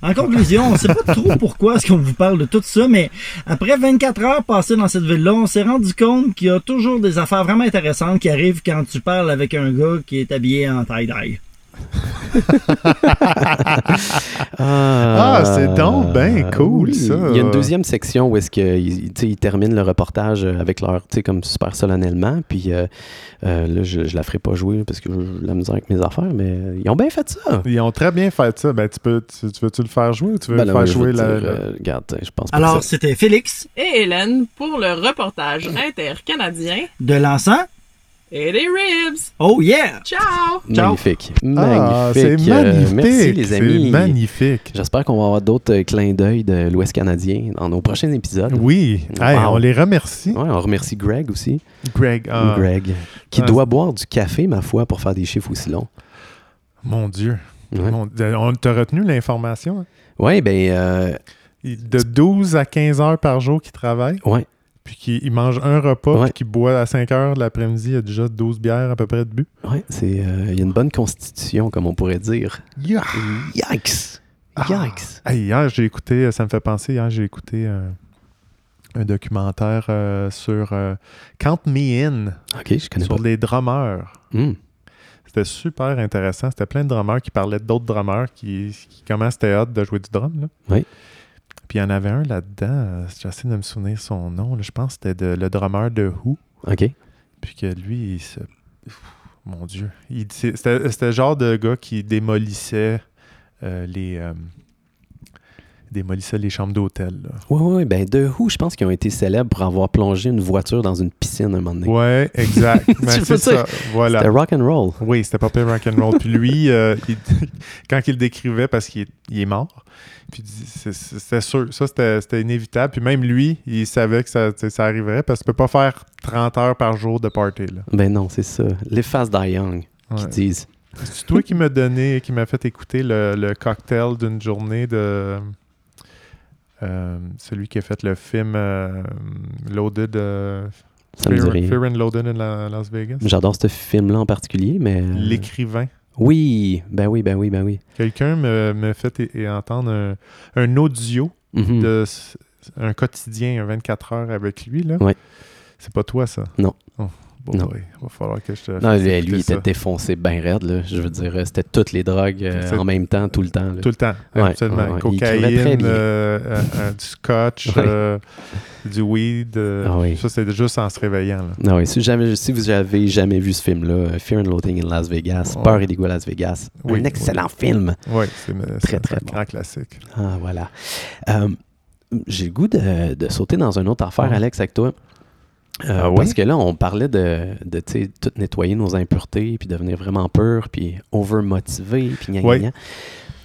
En conclusion, on sait pas trop pourquoi est-ce qu'on vous parle de tout ça, mais après 24 heures passées dans cette ville-là, on s'est rendu compte qu'il y a toujours des affaires vraiment intéressantes qui arrivent quand tu parles avec un gars qui est habillé en tie-dye. Ah, Ah, c'est donc ben cool, ça. euh, Il y a une deuxième section où est-ce qu'ils ils terminent le reportage euh, avec leur, tu sais, comme super solennellement. Puis euh, euh, là, je, je la ferai pas jouer parce que j'ai la misère avec mes affaires, mais euh, ils ont bien fait ça. Ils ont très bien fait ça. Ben, tu peux, tu, tu veux-tu le faire jouer ou tu veux Ben le là, faire je veux jouer la. dire, euh, regarde, je pense pas Alors, que ça- c'était Félix Et Hélène pour le reportage intercanadien de l'encens. et les ribs. Oh yeah! Ciao! ciao. Magnifique. Ah, c'est Magnifique. euh, magnifique. merci, les C'est amis. magnifique. J'espère qu'on va avoir d'autres euh, clins d'œil de l'Ouest canadien dans nos prochains épisodes. Oui. Hey, Wow. On les remercie. Ouais, on remercie Greg aussi. Greg. ah, Greg, qui Ah, doit boire du café, ma foi, pour faire des chiffres aussi longs. Mon Dieu. Ouais. Mon- euh, on t'a retenu l'information. hein? Ouais, ben, euh, Il- De 12 à 15 heures par jour qu'il travaille, ouais. puis qu'il il mange un repas, Ouais. puis qu'il boit à 5 heures de l'après-midi, il a déjà 12 bières à peu près de but. Ouais, c'est euh, il y a une bonne constitution comme on pourrait dire. Yeah! Yikes. Ah. Yikes. Hey, hier, j'ai écouté, euh, ça me fait penser, hier, j'ai écouté euh, un documentaire euh, sur euh, Count Me In, OK, je connais sur pas. les drummers. Hmm. C'était super intéressant. C'était plein de drummers qui parlaient d'autres drummers qui, qui comment c'était hot de jouer du drum. Là. Oui. Puis il y en avait un là-dedans, euh, j'essaie de me souvenir son nom, là, je pense que c'était de- le drummer de Who. OK. Puis que lui, il se. Pff, Mon Dieu. Il- c'est- C'était euh, c'était le genre de gars qui démolissait euh, les. euh, démolissait les chambres d'hôtel. là. Oui, oui, ben de Who, je pense qu'ils ont été célèbres pour avoir plongé une voiture dans une piscine un moment donné. Ouais, exact. Tu Mais veux c'est ça. dire, Voilà. C'était rock and roll. Oui, c'était pas pire rock'n'roll. puis lui, euh, il- quand il le décrivait, parce qu'il est, il est mort, puis il dit, c'est- c'est- c'était sûr, ça c'était c'était inévitable. Puis même lui, il savait que ça, tu sais, ça arriverait, parce que tu peux pas faire 30 heures par jour de party. là. Ben non, c'est ça. Les faces Die Young qui Ouais. disent C'est toi qui m'as donné, qui m'a fait écouter le, le cocktail d'une journée de euh, celui qui a fait le film euh, Loaded, euh, ça me dit Fear, rien. Fear and Loaded in La- Las Vegas. J'adore ce film là en particulier mais euh, L'écrivain. Oui, ben oui, ben oui, ben oui. Quelqu'un me, me fait é- é- entendre un, un audio Mhm. de s- un quotidien, un 24 heures avec lui. là. Ouais. C'est pas toi, ça? Non. Oh, bon, Non. ouais, va falloir que je te. Non, fasse lui, écouter lui, il était ça. défoncé ben raide là, je veux dire, euh, c'était toutes les drogues euh, C'est- en même temps tout le temps là. Tout le temps, Ouais, absolument. ouais, ouais. Il écrivait très Cocaïne, bien. euh, euh, euh, du scotch, Ouais. euh, du weed. euh, Ah oui. Ça, c'était juste en se réveillant. là. Non, oui, si, jamais- si vous avez jamais vu ce film-là, euh, Fear and Loathing in Las Vegas, Ouais. Peur et dégoût à Las Vegas, Oui, un excellent film. Oui, c'est euh, Très, c'est très un bon. grand classique. Ah, voilà. Euh, J'ai le goût de, de sauter dans une autre affaire, Ouais. Alex, avec toi. Euh, Ah oui? Parce que là, on parlait de, de tu sais, tout nettoyer nos impuretés, puis devenir vraiment pur, puis over-motivé, puis gna, gna, Oui. gna.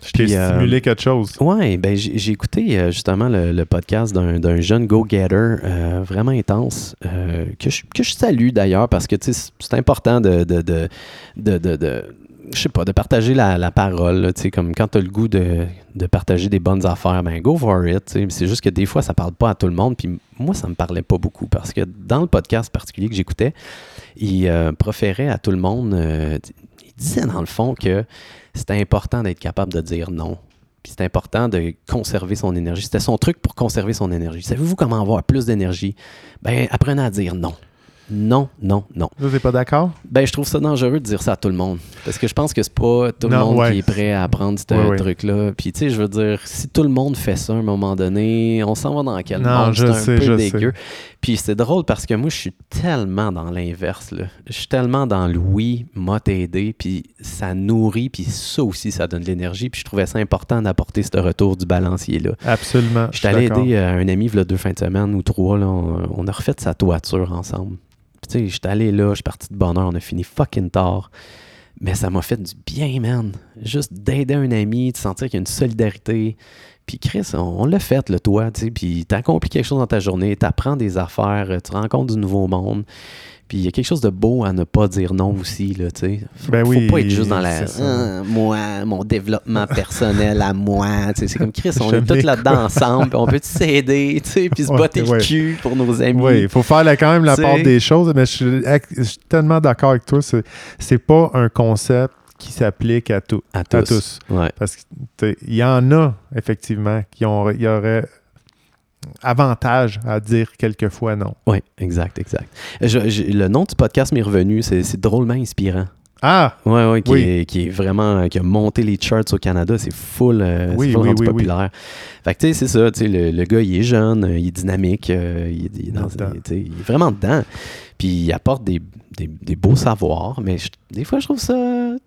Je t'ai Puis, euh, stimulé quelque chose. Ouais, ben j'ai j'ai écouté euh, justement le, le podcast d'un d'un jeune go-getter euh, vraiment intense euh, que, je, que je salue d'ailleurs parce que tu sais, c'est c'est important de de, de, de, de- de- je sais pas, de partager la, la parole. là, tu sais, comme quand tu as le goût de, de partager des bonnes affaires, ben go for it. tu sais. C'est juste que des fois, ça parle pas à tout le monde. Puis moi, ça me parlait pas beaucoup parce que dans le podcast particulier que j'écoutais, il euh, proférait à tout le monde, euh, il disait dans le fond que c'était important d'être capable de dire non. Puis c'est important de conserver son énergie. C'était son truc pour conserver son énergie. Savez-vous comment avoir plus d'énergie? Ben, apprenez à dire non. Non, non, non. Vous n'êtes pas d'accord? Ben, je trouve ça dangereux de dire ça à tout le monde. Parce que je pense que c'est pas tout le Non, monde ouais. qui est prêt à apprendre ce Ouais, ouais. truc-là. Puis, tu sais, je veux dire, si tout le monde fait ça à un moment donné, on s'en va dans quel Non, monde? je C'est un sais, peu je dégueu. Puis, c'est drôle parce que moi, je suis tellement dans l'inverse. là. Je suis tellement dans le oui, m'a t'aider. Puis, ça nourrit. Puis, ça aussi, ça donne de l'énergie. Puis, je trouvais ça important d'apporter ce retour du balancier-là. Absolument. Je suis suis allé d'accord. aider euh, un ami, là, deux fins de semaine ou trois, là, on, on a refait sa toiture ensemble. Puis, tu sais, je suis allé là, je suis parti de bonne heure, on a fini fucking tard. Mais ça m'a fait du bien, man. Juste d'aider un ami, de sentir qu'il y a une solidarité. Puis Chris, on, on l'a fait, le toi, tu sais. Puis t'accomplis quelque chose dans ta journée, t'apprends des affaires, euh, tu rencontres du nouveau monde. Puis il y a quelque chose de beau à ne pas dire non aussi, là, tu sais. Faut, Ben faut oui, pas être juste dans la... c'est ça. Ah, moi, mon développement personnel à moi, tu sais. C'est comme Chris, on est J'aime tous là-dedans ensemble, puis on peut s'aider, tu sais, puis se Ouais, botter ouais. le cul pour nos amis. Oui, il faut faire la- quand même la euh, C'est- part des choses, mais je suis, ac- je suis tellement d'accord avec toi. C'est, c'est pas un concept qui s'applique à tout. à tous. À tous. Ouais. Parce qu'il y en a, effectivement, qui ont, il y aurait avantage à dire quelquefois non. Ouais, exact, exact. Je- je- le nom du podcast m'est revenu, c'est c'est drôlement inspirant. Ah! Ouais, ouais, qui, Oui. Est, qui est vraiment, qui a monté les charts au Canada, c'est full, euh, c'est Oui, full oui, rendu oui, oui. populaire. Fait que tu sais, c'est ça, tu sais, le, le gars, il est jeune, euh, il est dynamique, euh, il, est- il est dans- Dedans. tu sais, il est vraiment dedans. Puis il apporte des, des- des beaux savoirs, mais je- des fois, je trouve ça... euh,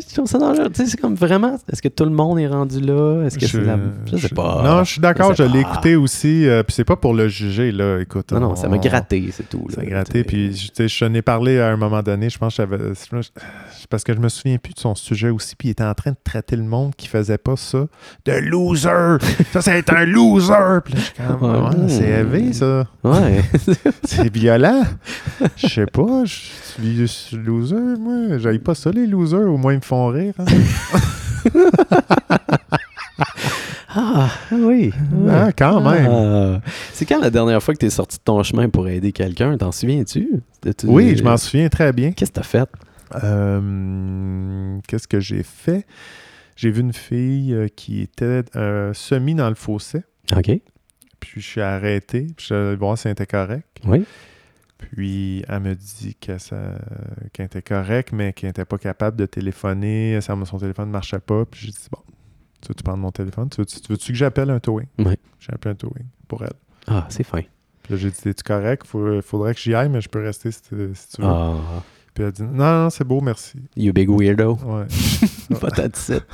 je trouve ça dangereux. Tu sais, c'est comme vraiment, est-ce que tout le monde est rendu là? Est-ce que c'est la... Je sais pas. Non, je suis d'accord, je, sais l'ai pas. écouté aussi, euh, puis c'est pas pour le juger, là, écoute. Non, non, ça m'a on- gratté, c'est tout. Ça a là. gratté, puis je, tu sais, je t'en ai parlé à un moment donné, je pense que j'avais... je- Parce que je me souviens plus de son sujet aussi, puis il était en train de traiter le monde qui faisait pas ça de loser! ça, c'est un loser! Puis là, je suis comme, Ouais. Ouais, c'est élevé, ça. Ouais. C'est violent. Je sais pas, je suis je suis loser, moi. J'aille pas ça, les losers. Au moins, ils me font rire. hein. Ah, oui. ouais. Ah, quand même. Ah. C'est quand la dernière fois que tu es sorti de ton chemin pour aider quelqu'un? T'en souviens-tu? C'était-tu- Oui, je m'en souviens très bien. Qu'est-ce que t'as fait? Euh, Qu'est-ce que j'ai fait? J'ai vu une fille euh, qui était euh, semi dans le fossé. OK. Puis je suis arrêté. Puis je suis allé voir si elle était correcte. Oui. Puis elle me dit que ça- qu'elle était correcte, mais qu'elle n'était pas capable de téléphoner. Ça- Son téléphone ne marchait pas. Puis j'ai dit, bon, tu veux-tu prendre mon téléphone? Tu veux-tu tu veux-tu que j'appelle un towing? Oui. J'ai appelé un towing pour elle. Ah, c'est fin. Puis là, j'ai dit, es-tu correct? Il faudrait que j'y aille, mais je peux rester si tu, si tu veux. Ah, Puis elle a dit, non, non, c'est beau, merci. you big weirdo. Ouais. Pas ta tête.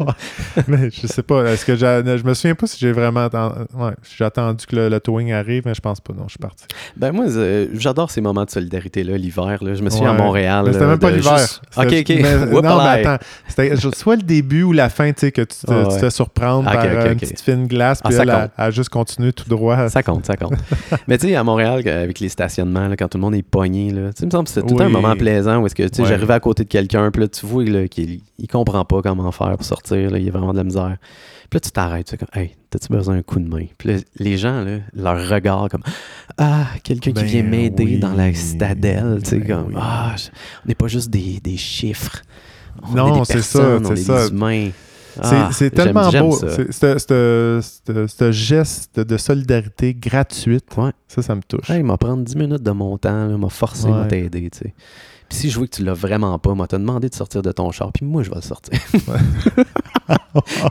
mais je sais pas. Est-ce que j'a- je me souviens pas si j'ai vraiment attendu. Ouais, j'ai attendu que le, le towing arrive, mais je pense pas. Non, je suis parti. Ben moi, euh, j'adore ces moments de solidarité-là, l'hiver. là. Je me souviens Ouais. à Montréal. Mais c'était là, même pas de l'hiver. Ah, juste- OK, C'était- OK. mais- non, mais Whoop-a-lay. attends. C'était je- soit le début ou la fin, tu sais, que tu te, Ah, tu te ouais. fais surprendre Ok, par ok, euh, une ok. petite fine glace, Ah, puis ça elle, elle, compte. Ah, elle juste continue tout droit. Ça compte, ça compte. Mais tu sais, à Montréal, euh, avec les stationnements, là, quand tout le monde est pogné, là, tu sais, il me semble que c'était tout le temps Oui. un moment plaisant où est-ce que tu sais, Ouais. j'arrivais à côté de quelqu'un, puis là, tu vois là, qu'il il comprend pas comment faire pour sortir, là, il y a vraiment de la misère. Puis là, tu t'arrêtes, tu fais comme, hey, t'as-tu besoin d'un coup de main? Puis là, les gens, là, leur regard, comme, ah, quelqu'un Ben qui vient m'aider oui. dans la citadelle, tu sais, Ben comme, oui. ah, je- on n'est pas juste des, des chiffres. On Non, est des c'est ça, personnes, c'est on est ça. des humains. C'est- Ah, C'est j'aime- tellement j'aime beau. ça. C'est- c'est- c'est- c'est- Ce geste de solidarité gratuite, Ouais. ça, ça me touche. Hey, il m'a prendre 10 minutes de mon temps, là, m'a forcé, m'a Ouais. t'aider, tu sais. Puis si je vois que tu l'as vraiment pas, m'a te demandé de sortir de ton char, puis moi, je vais le sortir. tu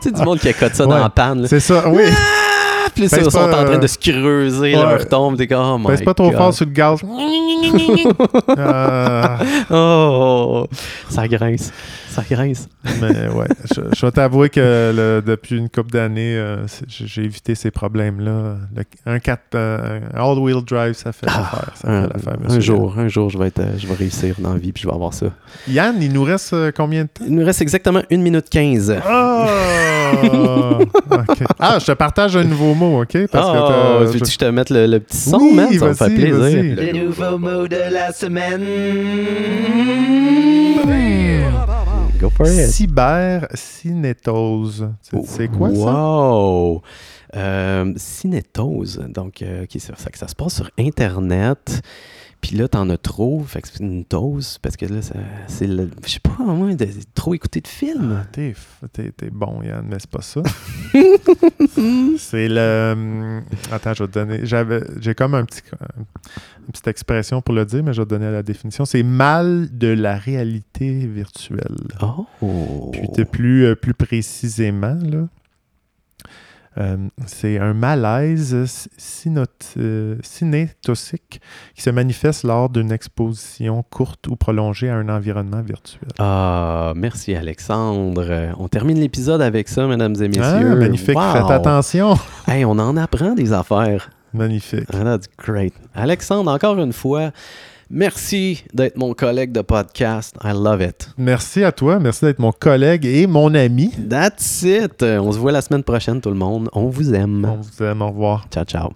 sais, du monde qui accote ça dans Ouais. la panne, là. C'est ça, oui. Ah, puis là, Ben, ils c'est sont pas, en train euh, de se creuser ouais. leur tombe, t'es comme, oh my Pèse pas trop God. fort Euh. sur le gaz. Ah, Oh, oh, oh. ça grince. ça grince. Mais ouais, je, je vais t'avouer que le- depuis une couple d'années, euh, c'est- j'ai j'ai évité ces problèmes-là. Le- Un, quatre- euh, un all-wheel drive, ça fait l'affaire. Ça fait Ah, Un, l'affaire, un monsieur. jour, un jour, je vais, être, euh, je vais réussir dans la vie puis je vais avoir ça. Yann, il nous reste euh, combien de temps? Il nous reste exactement 1 minute 15. Oh! Ok. Ah, je te partage un nouveau mot, OK? Parce que oh, t'as- veux-tu je- que je te mette le, le petit son, Oui, man? Ça me vas-y, fait plaisir. Le vas-y. nouveau mot de la semaine. Go for it. Cybercinétose. C'est- C'est quoi ça? Oh, Wow! Euh, cinétose, donc, euh, qui ça, fait que ça se passe sur Internet. Puis là, t'en as trop, fait que c'est une tose, parce que là, ça- c'est le. Je sais pas, moi, de, trop écouter de films. T'es f- T'es t'es bon, Yann, mais c'est pas ça. c'est le. hum, Attends, je vais te donner. j'avais- J'ai comme un petit, un- une petite expression pour le dire, mais je vais te donner la définition. C'est mal de la réalité virtuelle. Oh! Puis de plus, euh, plus précisément, là, euh, c'est un malaise sy- synot- euh, cinétosique qui se manifeste lors d'une exposition courte ou prolongée à un environnement virtuel. Ah, merci Alexandre. Euh, On termine l'épisode avec ça, mesdames et Ah, messieurs. magnifique, Wow! faites attention. Hey, on en apprend des affaires. magnifique. Ah, That's great. Alexandre, encore une fois, merci d'être mon collègue de podcast. I love it. Merci à toi, merci d'être mon collègue et mon ami. That's it. On se voit la semaine prochaine, tout le monde. On vous aime. On vous aime, au revoir. Ciao, ciao.